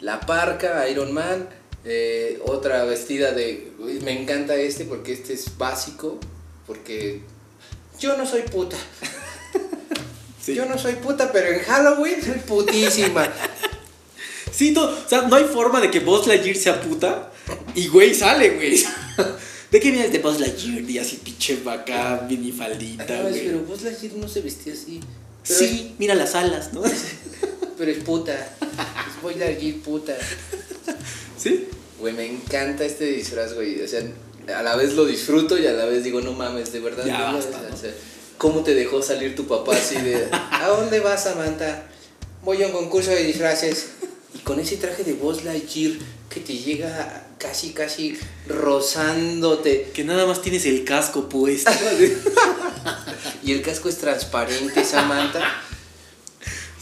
la parca, Iron Man, eh, otra vestida de uy, me encanta este porque este es básico porque Yo no soy puta. Sí. Yo no soy puta, pero en Halloween soy putísima. Sí, no, o sea, no hay forma de que Buzz Lightyear sea puta y güey sale, güey. ¿De qué vienes de Buzz Lightyear? Y así pinche vaca, minifaldita, Ay, güey. pero vos Lightyear no se vestía así. Pero Sí, mira las alas, ¿no? es- pero es puta. Es Voy Lightyear puta. Sí. güey, me encanta este disfraz, güey. O sea, a la vez lo disfruto y a la vez digo, no mames, de verdad. Ya no mames, basta, ¿no? o sea, ¿Cómo te dejó salir tu papá así de ¿A dónde vas, Samantha? Voy a un concurso de disfraces. Y con ese traje de Buzz Lightyear que te llega casi, casi rozándote. Que nada más tienes el casco puesto. Y el casco es transparente, Samantha.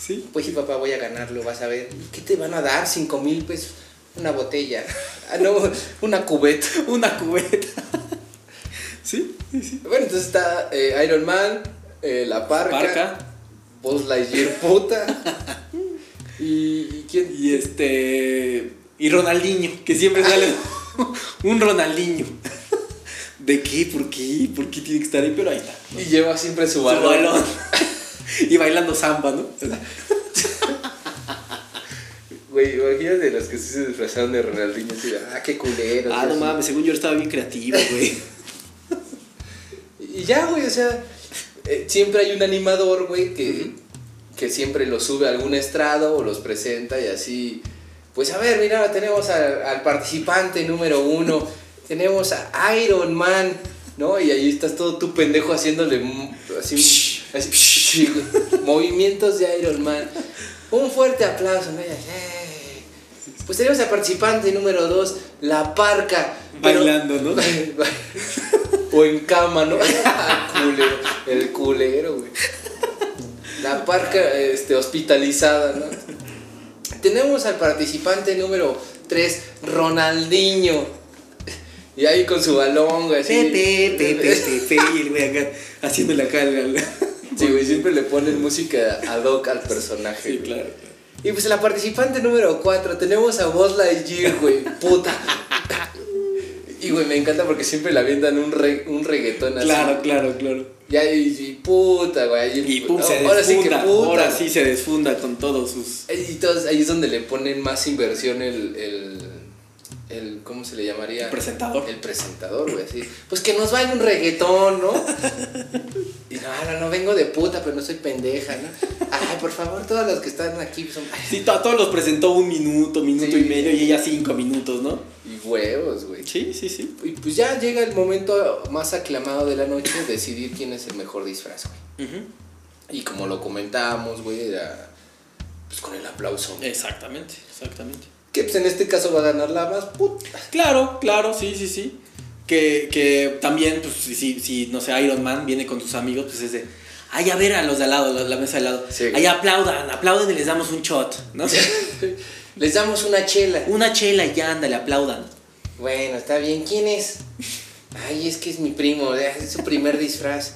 Sí. Pues sí, papá, voy a ganarlo, vas a ver. ¿Qué te van a dar? ¿Cinco mil pesos? Una botella. Ah, no, una cubeta. Una cubeta. Sí, sí, sí. Bueno, entonces está eh, Iron Man, eh, La Parca, Parca. Buzz Lightyear, puta. ¿Y, y quién? Y este. Y Ronaldinho, que siempre sale un Ronaldinho. ¿De qué? ¿Por qué? ¿Por qué tiene que estar ahí? Pero ahí está. Y lleva siempre su Su balón. balón. y bailando samba, ¿no? Ah, Güey, imagínate los que sí se disfrazaron de Ronaldinho. Así, de, ah, qué culero. Ah, no mames, según yo estaba bien creativo, güey. Y ya, güey, o sea, eh, siempre hay un animador, güey, que, que siempre los sube a algún estrado o los presenta y así. Pues a ver, mira, tenemos al, al participante número uno. tenemos a Iron Man. ¿No? Y ahí estás todo tu pendejo haciéndole mm, así, así, sí, güey, movimientos de Iron Man. Un fuerte aplauso. mira, eh. Pues tenemos al participante número dos, la parca. Pero- Bailando, ¿no? o en cama, ¿no? culero, el culero, güey. La parca este, hospitalizada, ¿no? Tenemos al participante número 3, Ronaldinho. Y ahí con su balón, güey. así. Pepe, pepe, pepe. Y el güey acá haciéndole acá al- al- Sí, güey, siempre le ponen música ad hoc al personaje. Sí, güey. claro. Y pues la participante número 4, tenemos a Buzz Lightyear, güey, puta. Y güey, me encanta porque siempre la avientan un, re- un reggaetón así. Claro, claro, claro. Ya, y, y puta, güey. Y pum, no, se desfunda. ahora sí que puta. ahora sí se desfunda con todos sus. Y todos, ahí es donde le ponen más inversión el, el, el- ¿cómo se le llamaría? El presentador. El presentador, güey, así. Pues que nos baile un reggaetón, ¿no? Y no, no, no, vengo de puta, pero no soy pendeja, ¿no? Ay, por favor, todos los que están aquí son... Sí, to- a todos los presentó un minuto, minuto Sí. y medio y ella cinco minutos, ¿no? Y huevos, güey. Sí, sí, sí. Y pues ya llega el momento más aclamado de la noche, decidir quién es el mejor disfraz, güey. Ujú. Y como lo comentábamos, güey, era, pues con el aplauso. güey. Exactamente, exactamente. Que pues en este caso va a ganar la más puta. Claro, claro, sí, sí, sí. Que, que también, pues, si, si, si, no sé, Iron Man viene con sus amigos, pues es de. Ay, a ver a los de al lado, la, la mesa de al lado. Sí. Ahí aplaudan, aplauden y les damos un shot, ¿no? Les damos una chela. Una chela y ya, ándale, aplaudan. Bueno, está bien. ¿Quién es? Ay, es que es mi primo, es su primer disfraz.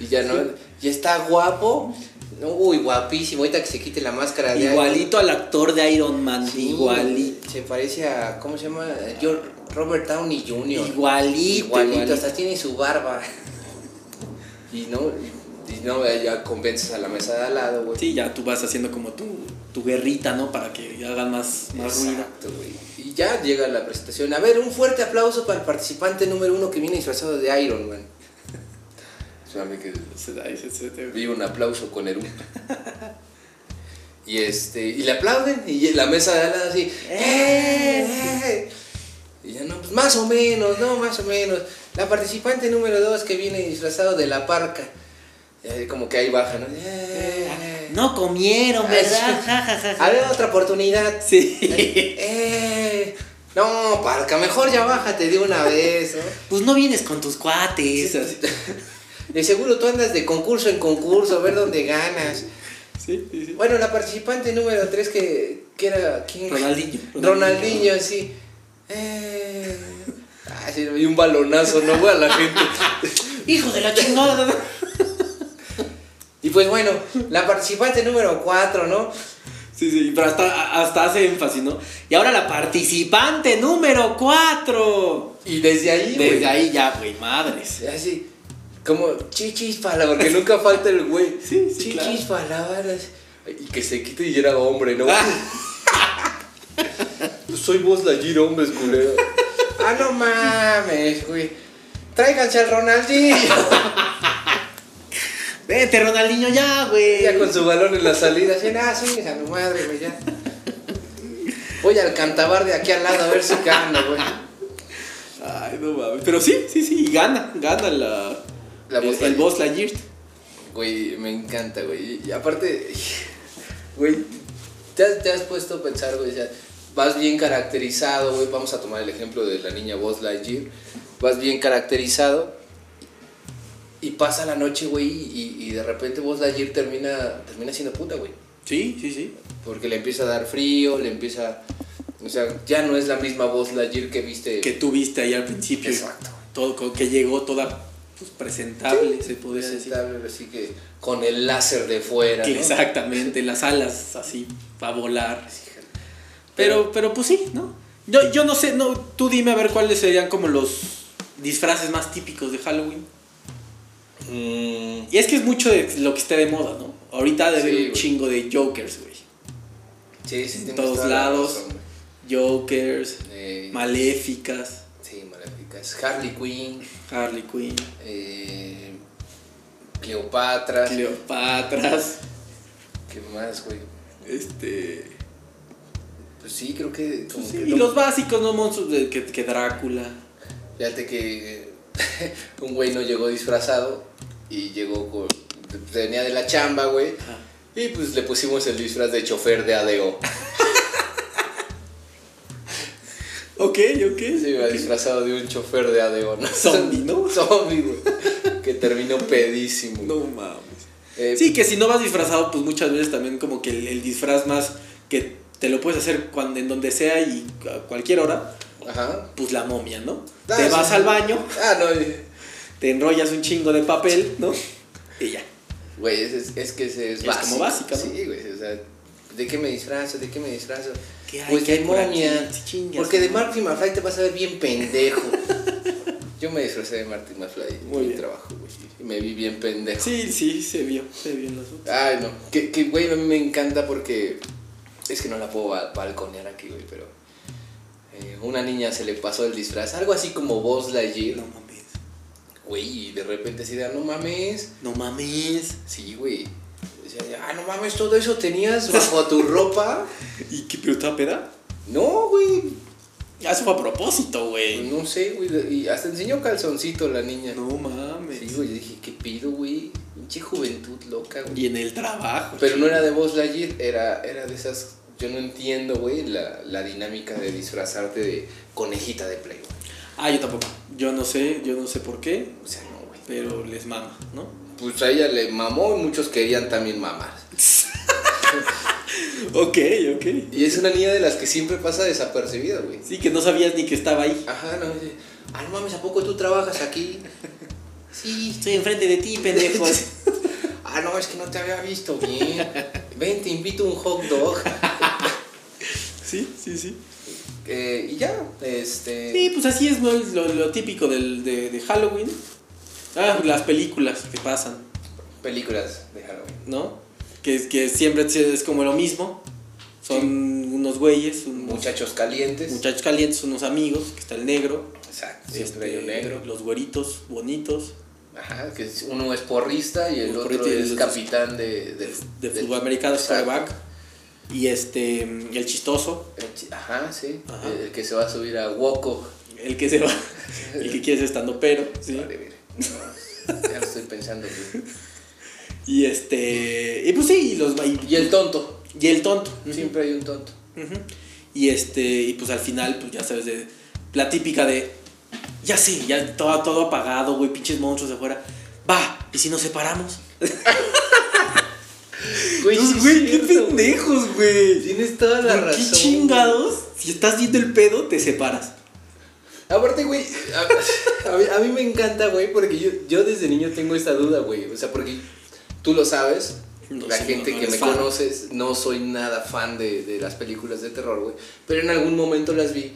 Y ya no, ya está guapo. Uy, guapísimo, ahorita que se quite la máscara de Igualito al actor de Iron Man, Sí, igualito. Se parece a, ¿cómo se llama? Yo, Robert Downey Jr. Igualito, igualito. hasta tiene su barba. Y no, y no, ya convences a la mesa de al lado, güey. Sí, ya tú vas haciendo como tu, tu guerrita, ¿no? Para que hagan más, más ruido. Exacto, güey. Y ya llega la presentación. A ver, un fuerte aplauso para el participante número uno que viene disfrazado de Iron Man. Espérame que Se- ahí se- se te- vi un aplauso con Eru. Y este, y le aplauden, y la mesa de al lado así. ¡Eh! eh". Y ya no, pues más o menos, no, más o menos. La participante número dos que viene disfrazado de la parca. Y ahí como que ahí baja, ¿no? ¡Eh! No comieron, ¿verdad? Ja, ja, ja, ja. A ver, otra oportunidad. Sí. Eh, no, parca, mejor ya bájate de una vez, ¿no? Pues no vienes con tus cuates. así. De seguro tú andas de concurso en concurso, a ver dónde ganas. Sí, sí, sí. Bueno, la participante número 3 que, que era... ¿quién? Ronaldinho. Ronaldinho, sí. Eh, ah, sí, y un balonazo, ¿no? Güey, a la gente. Hijo de la chingada. Y pues bueno, la participante número 4, ¿no? Sí, sí, pero hasta, hasta hace énfasis, ¿no? Y ahora la participante número 4. Y desde ahí, pues, güey, Desde ahí ya, güey, madres. Así, como chichis para, porque nunca falta el güey. Sí, sí, Chichis palabras. Y que se quite y era hombre, ¿no? Ah. Pues Soy vos la gira, hombres, culero. ah, no mames, güey. Tráiganse al Ronaldinho. Vete, Ronaldinho, ya, güey. ya con su balón en la salida. Así, ah, sí, a mi madre, güey, ya. Voy al cantabar de aquí al lado a ver si gana, güey. Ay, no mames. Pero sí, sí, sí, y gana, gana la. La el, Buzz el Lightyear. Buzz Lightyear. Güey, me encanta, güey. Y aparte, güey, te has, te has puesto a pensar, güey, o sea, vas bien caracterizado, güey. Vamos a tomar el ejemplo de la niña Buzz Lightyear. Vas bien caracterizado y pasa la noche, güey, y, y de repente Buzz Lightyear termina, termina siendo puta, güey. Sí, sí, sí. Porque le empieza a dar frío, le empieza... O sea, ya no es la misma Buzz Lightyear que viste... Que tú viste ahí al principio. Exacto. Todo, co- que llegó toda pues, presentable, se podría decir. presentable, así que con el láser de fuera, Que ¿no? Exactamente, las alas así para volar. Pero, pero pues sí, ¿no? Yo, yo no sé, no, tú dime a ver cuáles serían como los disfraces más típicos de Halloween. Mm. Y es que es mucho de lo que esté de moda, ¿no? Ahorita debe haber Sí, un güey. chingo de Jokers, güey. Sí, sí, En tienes todos toda la lados. razón, güey. Jokers, Eh, Maléficas, Sí, maléficas. Harley Quinn, Harley Quinn, eh, Cleopatra. Cleopatras, ¿Qué más, güey? este... Pues sí, creo que. como sí, que y no- los básicos, ¿no? Monstruos de- que, que Drácula. Fíjate que eh, un güey no llegó disfrazado y llegó con. Venía de la chamba, güey. Ajá. Y pues le pusimos el disfraz de chofer de ADO. Ok, ok. Se iba disfrazado de un chofer de ADO, ¿no? Zombie, ¿no? Zombie, güey. Que terminó pedísimo. No mames. Eh, Sí, que si no vas disfrazado, pues muchas veces también como que el, el disfraz más que te lo puedes hacer cuando, en donde sea y a cualquier hora, Ajá. pues la momia, ¿no? Ah, te sí, vas sí. al baño, Ah, no. eh. te enrollas un chingo de papel, ¿no? Y ya. Güey, es, es- es que ese es, Es como básica, ¿no? Sí, güey, o sea, ¿De qué me disfrazo? ¿De qué me disfrazo? ¿Qué hay? Pues ¿Qué de hay por aquí? momia. Chingas, Porque de madre. Marty McFly te vas a ver bien pendejo. Yo me disfracé de Marty McFly en Muy mi bien. trabajo, güey. Y me vi bien pendejo. Sí, sí, se vio, se vio en las fotos. Ay, no. Que, que, güey, a mí me encanta porque. Es que no la puedo ba- balconear aquí, güey, pero. eh, una niña se le pasó el disfraz. Algo así como Buzz Lightyear. No mames. Güey, y de repente se da, no mames. No mames. Sí, güey. O sea, ah, no mames, todo eso tenías bajo tu ropa. ¿Y qué? ¿Pero estaba peda? No, güey. pues Ah, eso fue a propósito, güey. No sé, güey. Y hasta enseñó calzoncito la niña. No mames. Sí, güey, yo dije, ¿qué pido, güey? Pinche juventud loca, güey. Y en el trabajo. Pero no chico. era de voz Lightyear, era, era de esas... Yo no entiendo, güey, la, la dinámica de disfrazarte de conejita de Playboy. Ah, yo tampoco. Yo no sé, yo no sé por qué, O sea, no, güey. pero les mama, ¿no? Pues a ella le mamó y muchos querían también mamar. Ok, ok. Y es una niña de las que siempre pasa desapercibida, güey. Sí, que no sabías ni que estaba ahí. Ajá, no, dice, ah, no mames, ¿a poco tú trabajas aquí? sí. Estoy enfrente de ti, pendejo. Ah, no, es que no te había visto bien. Ven, te invito un hot dog. sí, sí, sí. Eh, y ya, este... Sí, pues así es ¿no? lo, lo típico del, de, de Halloween. Ah, las películas que pasan, Películas de Halloween. ¿no? Que, que siempre es es como lo mismo. Son unos güeyes, unos Muchachos calientes. muchachos calientes, unos amigos, que está el negro. Exacto. Siempre este, hay un negro. Los güeritos bonitos. Ajá, que es- uno es porrista y el Uno otro porrista y el es otro capitán de, de, de fútbol americano, es Exacto. quarterback. Y este, el chistoso, El chi- Ajá, sí. Ajá. El que se va a subir a Woco. el que se va, el que quiere ser estando pero, ¿sí? Vale, mire. No, ya lo estoy pensando. güey. Y este, y pues sí, y los va- y, Y el tonto. y el tonto. Siempre hay un tonto. Ujú. Y este, y pues al final, pues ya sabes, de, la típica de, ya sé, ya todo, todo apagado, güey, pinches monstruos afuera. Va, ¿y si nos separamos? Güey, Entonces, güey, qué pendejos, güey. Tienes toda la ¿Por razón. qué chingados? Si estás viendo el pedo, te separas. Aparte, güey, a, a mí, a mí me encanta, güey, porque yo, yo desde niño tengo esta duda, güey. O sea, porque tú lo sabes, No, la sí, gente no, no que me eres fan. conoces, no soy nada fan de, de las películas de terror, güey. Pero en algún momento las vi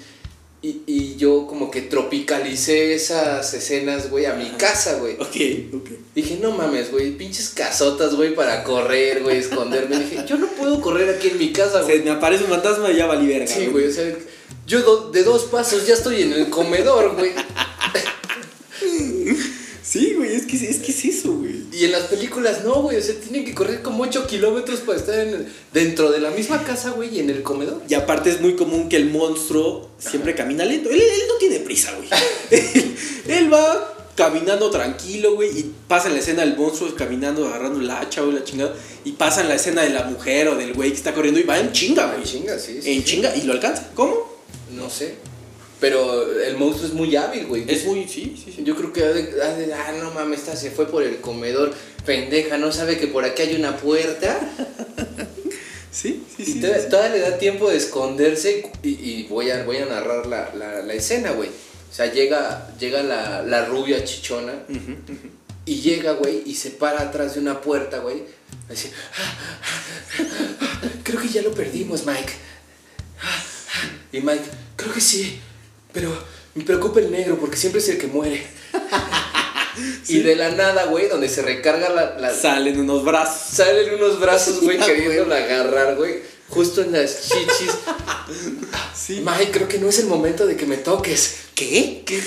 y, y yo como que tropicalicé esas escenas, güey, a mi casa, güey. Ok, ok. Dije, no mames, güey, pinches casotas, güey, para correr, güey, esconderme. Dije, yo no puedo correr aquí en mi casa, güey. Se me aparece un fantasma y ya valí verga. Sí, güey, o sea, yo do- de dos pasos ya estoy en el comedor, güey. Sí, güey, es que es, que es eso, güey. Y en las películas no, güey, o sea, tienen que correr como 8 kilómetros para estar en el- dentro de la misma casa, güey, y en el comedor. Y aparte es muy común que el monstruo siempre camina lento. Él, él no tiene prisa, güey. él, él va caminando tranquilo, güey, y pasa la escena del monstruo caminando, agarrando la hacha, güey, la chingada. Y pasa la escena de la mujer o del güey que está corriendo y va en chinga, En güey. chinga, sí, sí, En sí. chinga, y lo alcanza. ¿Cómo? No sé. Pero el monstruo es muy hábil, güey. Es muy, sí, sí, sí. Yo creo que ha de- ha de- ah, no mames, esta se fue por el comedor, pendeja, no sabe que por aquí hay una puerta. Sí, sí, Y sí. to- todavía le da tiempo de esconderse y, y voy, a, voy a narrar la, la- la escena, güey. O sea, llega, llega la, la rubia chichona Ujú, y llega, güey, y se para atrás de una puerta, güey. Así, creo que ya lo perdimos, Mike. Y Mike, creo que sí, pero me preocupa el negro porque siempre es el que muere. Y de la nada, güey, donde se recarga la, la, Salen unos brazos. Salen unos brazos, Ah, güey, queriéndola agarrar, güey. Justo en las chichis. Sí. Mike, creo que no es el momento de que me toques. ¿Qué? ¿Qué?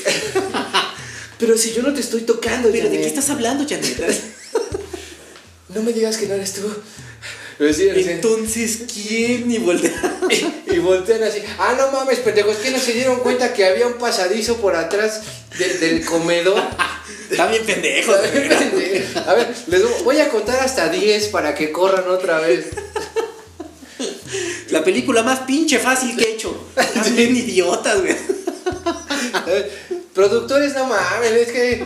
Pero si yo no te estoy tocando, ¿Pero de Janet. qué estás hablando, Janet? No me digas que no eres tú. Lo decían, así. Entonces, ¿quién? Y voltea. Y voltean así. Ah, no mames, pendejos, que no se dieron cuenta que había un pasadizo por atrás del- del comedor. Están bien pendejos, A güey. ver, a ver, les voy a contar hasta 10 para que corran otra vez. La película más pinche fácil que he hecho. Están bien idiotas, güey. Eh, Productores, no mames, es que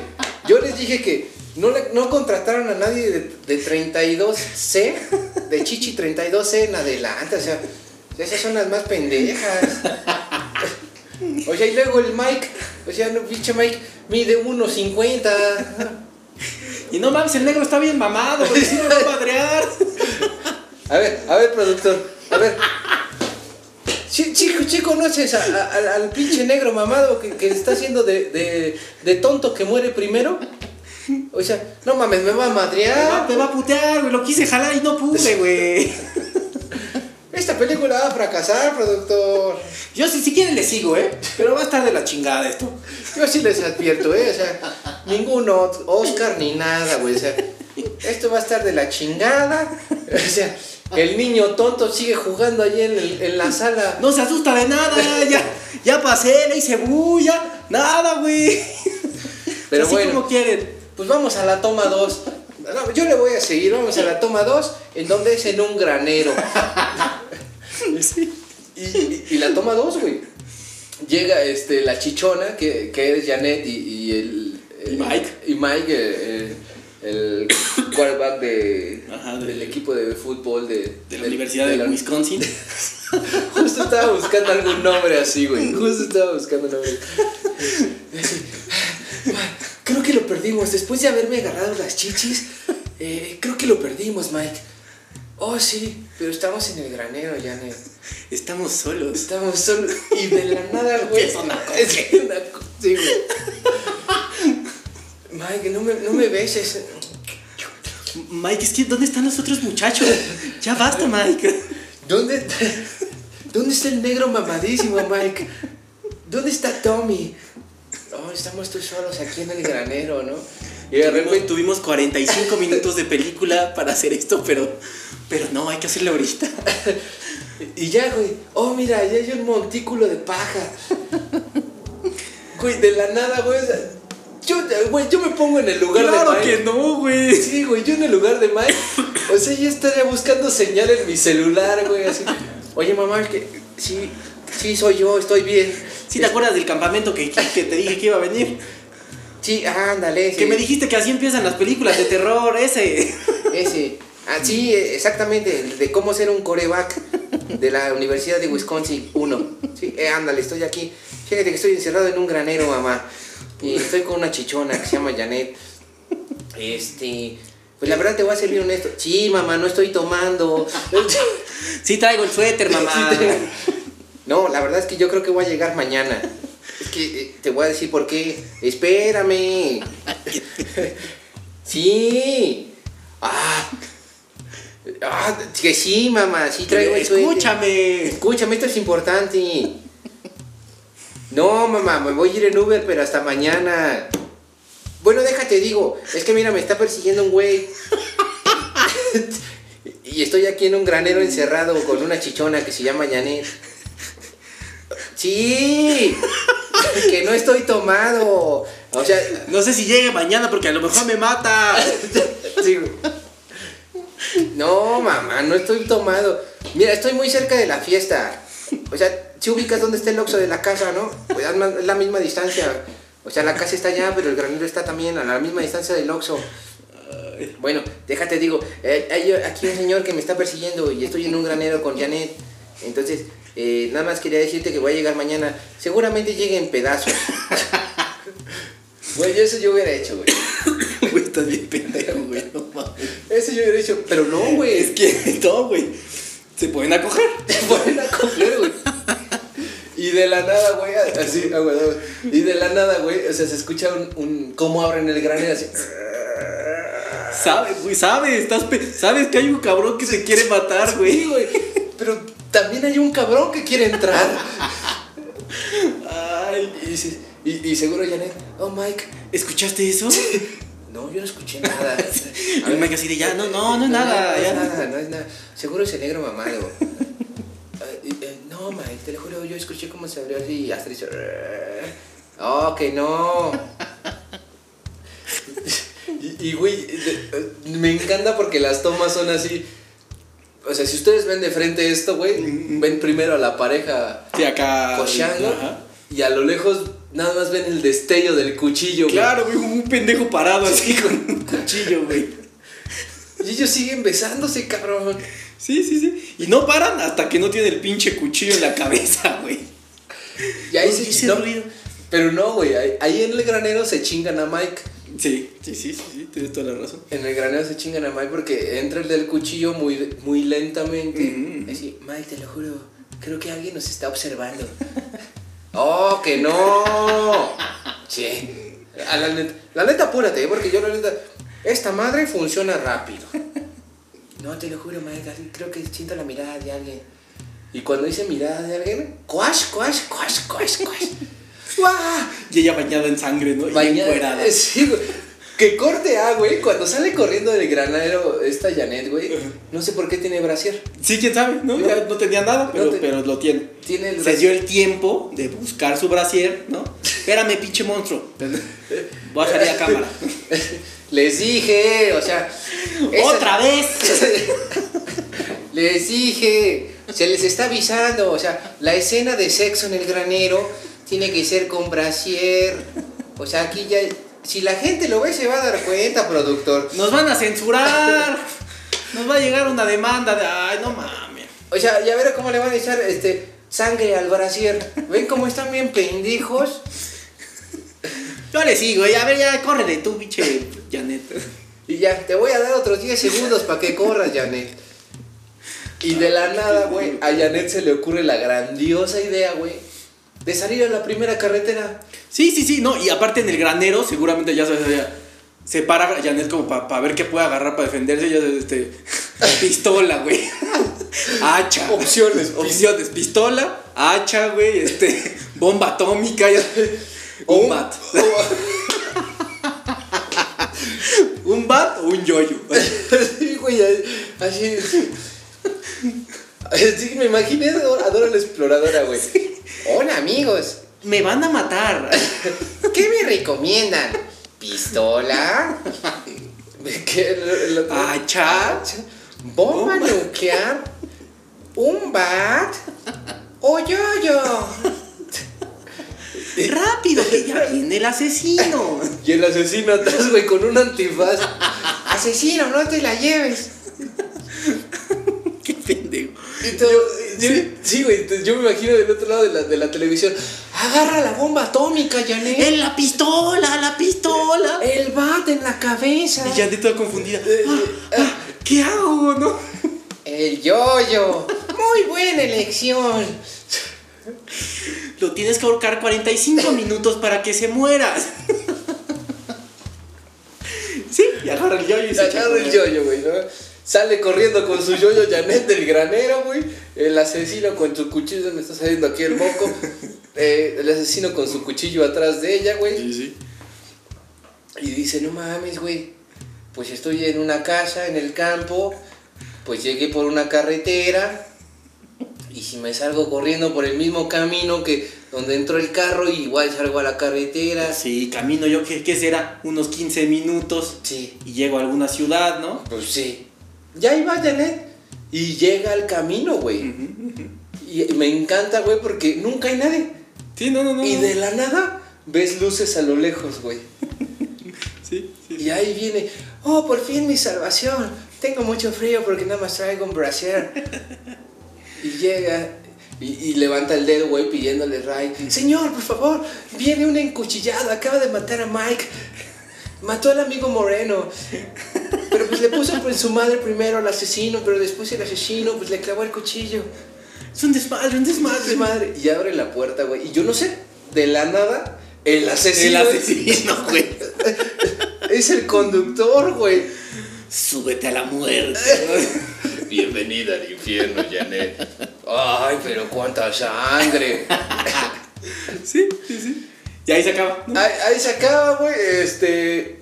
yo les dije que no, le- no contrataron a nadie de, de 32C, de Chichi 32C en adelante, o sea, esas son las más pendejas. O sea, y luego el Mike, o sea, no, pinche Mike mide 1.50. Y no mames, el negro está bien mamado, güey. Sí, lo va a madrear. A ver, a ver, productor, A ver. Sí, chico, chico, conoces a- a- al- al pinche negro mamado que, que está haciendo de, de, de tonto que muere primero. O sea, no mames, me va a Ah, madrear. te va a putear, güey. Lo quise jalar y no pude, güey. Esta película va a fracasar, productor. Yo si, si quieren le sigo, ¿eh? Pero va a estar de la chingada esto. Yo sí les advierto, ¿eh? O sea, ningún Ot- Oscar ni nada, güey. O sea, esto va a estar de la chingada. O sea, el niño tonto sigue jugando allí en, el- en la sala. No se asusta de nada, ya, ya pasé, le hice bulla, nada, güey. Pero Así bueno. como quieren. Pues vamos a la toma 2. yo le voy a seguir, vamos a la toma 2, en donde es en un granero. Y, y- y la toma 2, güey. Llega este, la chichona, que, que es Janet y, y el, Y el- Mike. Y Mike, eh, el, el quarterback de, Ajá, de- del equipo de fútbol de, De la Universidad de, la- Wisconsin. Justo estaba buscando algún nombre así, güey. Justo estaba buscando nombre. Creo que lo perdimos. Después de haberme agarrado las chichis, eh, creo que lo perdimos, Mike. Oh, sí, pero estamos en el granero, Janet. Estamos solos. Estamos solos. Y de la nada, güey. Empieza una cosa. Es que una co- Sí, güey. Mike, no me, no me beses. Mike, es que ¿dónde están los otros muchachos? Ya basta, Mike. ¿Dónde está, ¿Dónde está el negro mamadísimo, Mike? ¿Dónde está Tommy? Oh, estamos tú solos aquí en el granero, ¿no? Y de Tuvimos, repente, tuvimos 45 minutos de película para hacer esto, pero, pero no, hay que hacerlo ahorita. y ya, güey. Oh, mira, ya hay un montículo de paja. Güey, de la nada, güey. o sea, Yo, güey, yo me pongo en el lugar de Mike. no, güey. Sí, güey, yo en el lugar de Mike. O sea, yo estaría buscando señal en mi celular, güey, así. Oye, mamá, es que sí, sí, soy yo, estoy bien. ¿Sí te acuerdas del campamento que, que- que te dije que iba a venir? Sí, ándale. sí. Que me dijiste que así empiezan las películas de terror, ese. Ese. Ah, sí, eh, exactamente, el de cómo ser un coreback de la Universidad de Wisconsin 1. Sí, eh, ándale, estoy aquí. Fíjate que estoy encerrado en un granero, mamá. Y estoy con una chichona que se llama Janet. Este. Pues la verdad te voy a ser bien honesto. Sí, mamá, no estoy tomando. Sí traigo el suéter, mamá. No, la verdad es que yo creo que voy a llegar mañana. Es que eh, te voy a decir por qué. Espérame. Sí. Ah. Ah, que sí, mamá, sí traigo el suéter. Escúchame. Escúchame, esto es importante. No, mamá, me voy a ir en Uber, pero hasta mañana. Bueno, déjate, digo. Es que mira, me está persiguiendo un güey. y estoy aquí en un granero encerrado con una chichona que se llama Janet. Sí, que no estoy tomado. O sea, No sé si llegue mañana porque a lo mejor me mata. Sí, güey. No, mamá, no estoy tomado. Mira, estoy muy cerca de la fiesta. O sea, si ubicas dónde está el oxo de la casa, ¿no? Pues es más- es la misma distancia. O sea, la casa está allá, pero el granero está también a la misma distancia del oxo. Bueno, déjate, digo, eh, hay aquí un señor que me está persiguiendo y estoy en un granero con Janet. Entonces, eh, nada más quería decirte que voy a llegar mañana. Seguramente llegue en pedazos. Güey, eso yo hubiera hecho, güey. Güey, estás bien pendejo, güey. No mames. Eso yo hubiera hecho, pero no, güey. Es que no, güey. Se pueden acoger. te ponen a coger, güey. Y de la nada, güey, así, ah, güey, ah, güey. y de la nada, güey, o sea, se escucha un, un cómo abren el granero así. Sabes, güey, sabes. Estás pe- sabes que hay un cabrón que se quiere matar, Sí, güey. güey, pero también hay un cabrón que quiere entrar. Ay, Y, dices- y, y seguro Janet, oh Mike, ¿Escuchaste eso? no, yo no escuché nada. A mí me así de ya, no, no, no es nada. No, ya. es nada, no es nada. Seguro es el negro mamado. Eh, eh, no, Mike, te lo juro, yo escuché cómo se abrió así y hasta hizo. Oh, que no. Y, y, güey, de- eh, me encanta porque las tomas son así. O sea, si ustedes ven de frente esto, güey, Mm, ven primero a la pareja Sí, acá. cocheando Ajá. y a lo lejos nada más ven el destello del cuchillo, güey. Claro, güey, un pendejo parado así con un cuchillo, güey. Y ellos siguen besándose, cabrón. Sí, sí, sí. Y no paran hasta que no tiene el pinche cuchillo en la cabeza, güey. Y ahí Uy, se ese no, ruido. Pero no, güey, ahí, ahí en el granero se chingan a Mike. Sí, sí, sí, sí, sí, tienes toda la razón. En el granero se chingan a Mike porque entra el del cuchillo muy, muy lentamente. Mm. Así, Mike, te lo juro, creo que alguien nos está observando. ¡Oh, que no! Che. A la, neta, la neta, apúrate, ¿eh? porque yo la neta. Esta madre funciona rápido. No, te lo juro, Mike, así creo que siento la mirada de alguien. Y cuando dice mirada de alguien, ¡cuash, cuash, cuash, cuash, cuash! ¡Guau! Y ella bañada en sangre, ¿no? Y Bañada- encuerada. Sí, güey. Que corte A, güey. Cuando sale corriendo del granero esta Janet, güey. Ajá. No sé por qué tiene brasier. Sí, quién sabe, ¿no? No. Ya no tenía nada, pero, No te- pero lo tiene. Tiene el Se brasier. dio el tiempo de buscar su brasier, ¿no? Espérame, pinche monstruo. Voy a salir a cámara. Les dije, o sea. esa- ¡Otra vez! Les dije. Se les está avisando. O sea, la escena de sexo en el granero tiene que ser con brasier. O sea, aquí ya. Si la gente lo ve, se va a dar cuenta, productor. ¡Nos van a censurar! Nos va a llegar una demanda de. ¡Ay, no mames! O sea, ya verá cómo le van a echar este, sangre al brasier. ¿Ven cómo están bien pendejos? Yo le sigo, ya, a ver, ya, córrele tú, pinche Janet. Y ya, te voy a dar otros 10 segundos para que corras, Janet. Y de la nada, güey, a Janet se le ocurre la grandiosa idea, güey, de salir a la primera carretera. Sí, sí, sí, no, y aparte en el granero, seguramente ya sabes, ya, se para Janet como para ver qué puede agarrar para defenderse, ya sabes, este, pistola, güey. Hacha. Opciones, Opciones, pistola, hacha, güey, este, bomba atómica, ya O un un- bat. Un bat o un yoyo. Sí, güey, así. Así me imaginé a Dora- a Dora la exploradora, güey. Hola amigos, Me van a matar. ¿qué me recomiendan? ¿Pistola? ¿Qué? El- el- Hacha. ¿Bomba nuclear? ¿Un bat? ¿O yo-yo? Rápido, que ya viene el asesino. Y el asesino atrás, güey, con un antifaz. Asesino, no te la lleves. qué pendejo. Y todo- yo- sí, güey, te- yo me imagino del otro lado de la, de la televisión. Agarra la bomba atómica, Janet. ¡En la pistola, la pistola! El bat en la cabeza. Y Janet toda confundida. eh, Ah, ah, ¿Qué hago, no? El yo-yo. Muy buena elección. Lo tienes que ahorcar 45 minutos para que se muera. Sí, y agarra el yoyo y Y se se echa a agarra el correr. yoyo, güey, ¿no? Sale corriendo con su yoyo Janet del granero, güey. El asesino con su cuchillo, me está saliendo aquí el moco. Eh, el asesino con su cuchillo atrás de ella, güey. Sí, sí. Y dice, no mames, güey. Pues estoy en una casa, en el campo. Pues llegué por una carretera. Y si me salgo corriendo por el mismo camino que donde entró el carro, igual salgo a la carretera. Ah, Sí, camino yo, ¿qué, qué será? Unos 15 minutos. Sí, Y llego a alguna ciudad, ¿no? pues sí. Ya ahí va Janet. Y llega al camino, güey. Y me encanta, güey, porque nunca hay nadie. Sí, no, no, no. Y no. de la nada ves luces a lo lejos, güey. Sí, sí. Y ahí viene, oh, por fin mi salvación. Tengo mucho frío porque nada más traigo un brasier. y llega y, y levanta el dedo, güey, pidiéndole Ray. Señor, por favor, viene una encuchillada, acaba de matar a Mike. Mató al amigo Moreno. Pero pues le puso por su madre primero al asesino, pero después el asesino pues le clavó el cuchillo. Es un desmadre, un desmadre. Madre, madre. Y abre la puerta, güey. Y yo no sé, de la nada, el El asesino. asesino, güey. Es el conductor, güey. Súbete a la muerte. Bienvenida al infierno, Janet. Ay, pero cuánta sangre. Sí, sí, sí. Y ahí se acaba. ¿no? Ahí, ahí se acaba, güey. Este.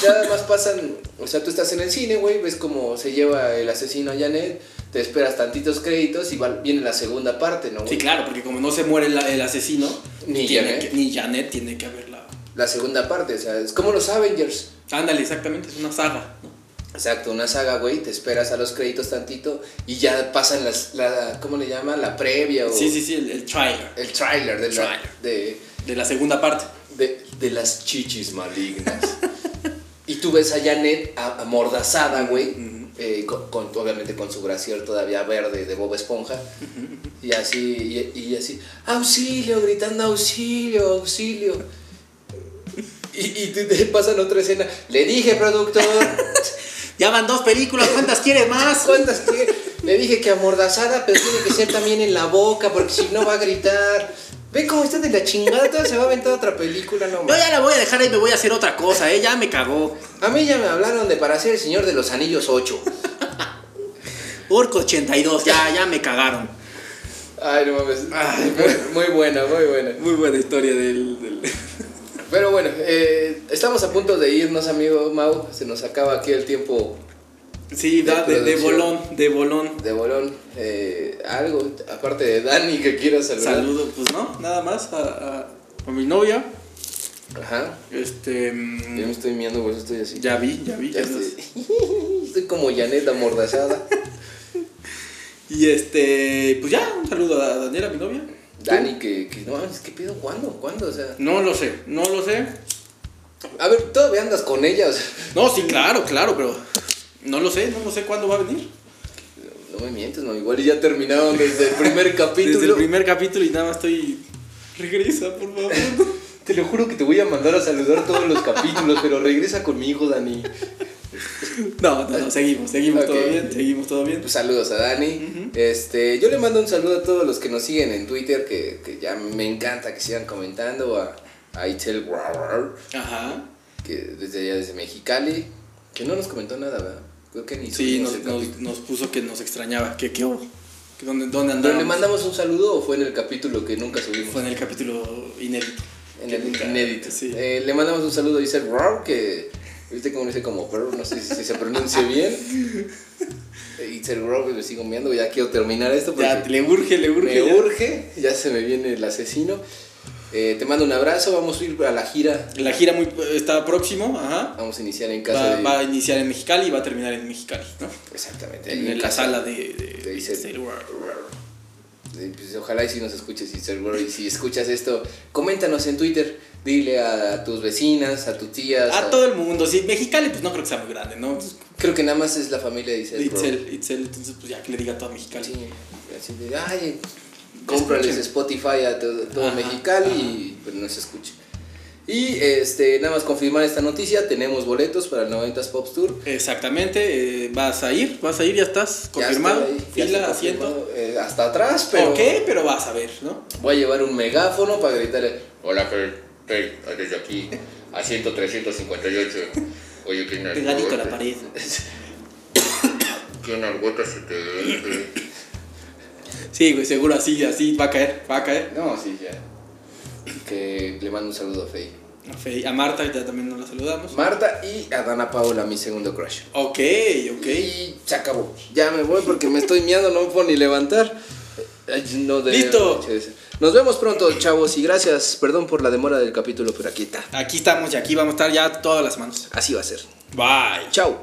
Ya nada más pasan. O sea, tú estás en el cine, güey. Ves cómo se lleva el asesino a Janet. Te esperas tantitos créditos y va- viene la segunda parte, ¿no? güey? Sí, claro, porque como no se muere el, el asesino, Ni tiene Janet. que- ni Janet tiene que haberla. La segunda parte, o sea, es como los Avengers. Ándale, exactamente, es una saga. ¿no? Exacto, una saga, güey. Te esperas a los créditos tantito y ya pasan las. La, ¿Cómo le llaman? La previa Oh. o. Sí, sí, sí, el, el trailer El trailer de la- Tráiler. de de la segunda parte. de, de las chichis malignas. y tú ves a Janet a- amordazada, güey, eh, con, con- obviamente con su brasier todavía verde de Bob Esponja, y así, y, y así, auxilio, gritando auxilio, auxilio. Y, y te, te pasan otra escena. Le dije, productor, Ya van dos películas, ¿cuántas quieres más? ¿cuántas quieres? Le dije que amordazada, pero tiene que ser también en la boca, porque si no va a gritar. Ve cómo está de la chingada, todavía se va a aventar otra película, no Yo mames. ya la voy a dejar ahí, me voy a hacer otra cosa, ¿eh? Ya me cagó. A mí ya me hablaron de para hacer el Señor de los Anillos 8. Orco 82, ya, ya me cagaron. Ay, no mames. Ay, muy, muy buena, muy buena. Muy buena historia del... del... Pero bueno, eh, estamos a punto de irnos, amigo Mau. Se nos acaba aquí el tiempo Sí, De va, de, de producción. bolón, de bolón. de bolón. Eh, algo, aparte de Dani, que quiera saludar. Saludo, pues no, nada más a, a- a mi novia. Ajá. Este... Yo mm, me estoy mirando, por eso estoy así. Ya vi, ya vi. Ya Ya estoy, estoy como Janet amordazada. Y este... Pues ya, un saludo a Daniela, mi novia. Dani, que, que no mames, ¿qué pedo? ¿Cuándo? ¿Cuándo? O sea, No lo sé, no lo sé. a ver, todavía andas con ella. O sea, No, sí, claro, claro, pero... No lo sé, no lo sé cuándo va a venir. no me mientes, no. Igual ya terminaron desde el primer capítulo. Desde el primer capítulo y nada más estoy... Regresa, por favor. Te lo juro que te voy a mandar a saludar todos los capítulos, pero regresa conmigo, Dani. No, no, no, seguimos, seguimos Ok. todo bien, seguimos todo bien. Pues saludos a Dani. este, yo le mando un saludo a todos los que nos siguen en Twitter, que, que ya me encanta que sigan comentando. A, a Itzel Guarrar, Ajá. que desde allá, desde Mexicali, que no nos comentó nada, ¿verdad? Creo que ni Sí, subimos nos, el nos, capítulo. nos puso que nos extrañaba, que qué hubo, que dónde, ¿Pero dónde le andábamos. mandamos un saludo o fue en el capítulo que nunca subimos? Fue en el capítulo inédito. En que el nunca- inédito. Sí. Eh, le mandamos un saludo a Isel Rau, que viste cómo dice como perro, no sé si, si se pronuncia bien. Isel Rau, que lo sigo mirando, ya quiero terminar esto porque ya, le urge, le urge. me ya. urge, ya se me viene el asesino. Eh, te mando un abrazo, vamos a ir a la gira, La gira muy, está próximo, ajá. vamos a iniciar en casa Va, de... va a iniciar en Mexicali y va a terminar en Mexicali, ¿no? Exactamente, En, ahí la casa. sala de... de- de Isel. Isel World. Eh, pues, ojalá y si nos escuches, Isel Rau, y si escuchas esto, coméntanos en Twitter, dile a tus vecinas, a tus tías. A todo el mundo, sí. Mexicali, pues no creo que sea muy grande, ¿no? Entonces, Creo que nada más es la familia de Isel Rau. Itzel, Itzel, entonces pues ya que le diga a toda Mexicali. Sí, así de, ay, cómprales Escuchen. Spotify a todo, todo Ajá, Mexicali y pues, no se escuche. Y este, nada más confirmar esta noticia, tenemos boletos para el 90s Pop Tour. Exactamente, eh, vas a ir, vas a ir, ya estás Ya confirmado, estoy ahí, ya fila, estoy asiento. confirmado, eh, hasta atrás, pero Pero... Ok, pero vas a ver, ¿no? voy a llevar un megáfono para gritar. Hola, Fer, desde aquí, asiento 358. Oye, que en el Pegadito a la pared. Que en Argota se te ve. Sí, güey, seguro así, así va a caer, va a caer. No, sí, ya. Que le mando un saludo a Fey. A Fe- A Marta ya también nos la saludamos. Marta y a Dana Paola, mi segundo crush. Ok, ok. Y se acabó. Ya me voy porque me estoy miando, no me puedo ni levantar. Ay, no de- Listo. Nos vemos pronto, chavos, y gracias. Perdón por la demora del capítulo, pero aquí está. Aquí estamos y aquí vamos a estar ya todas las manos. Así va a ser. Bye. Chao.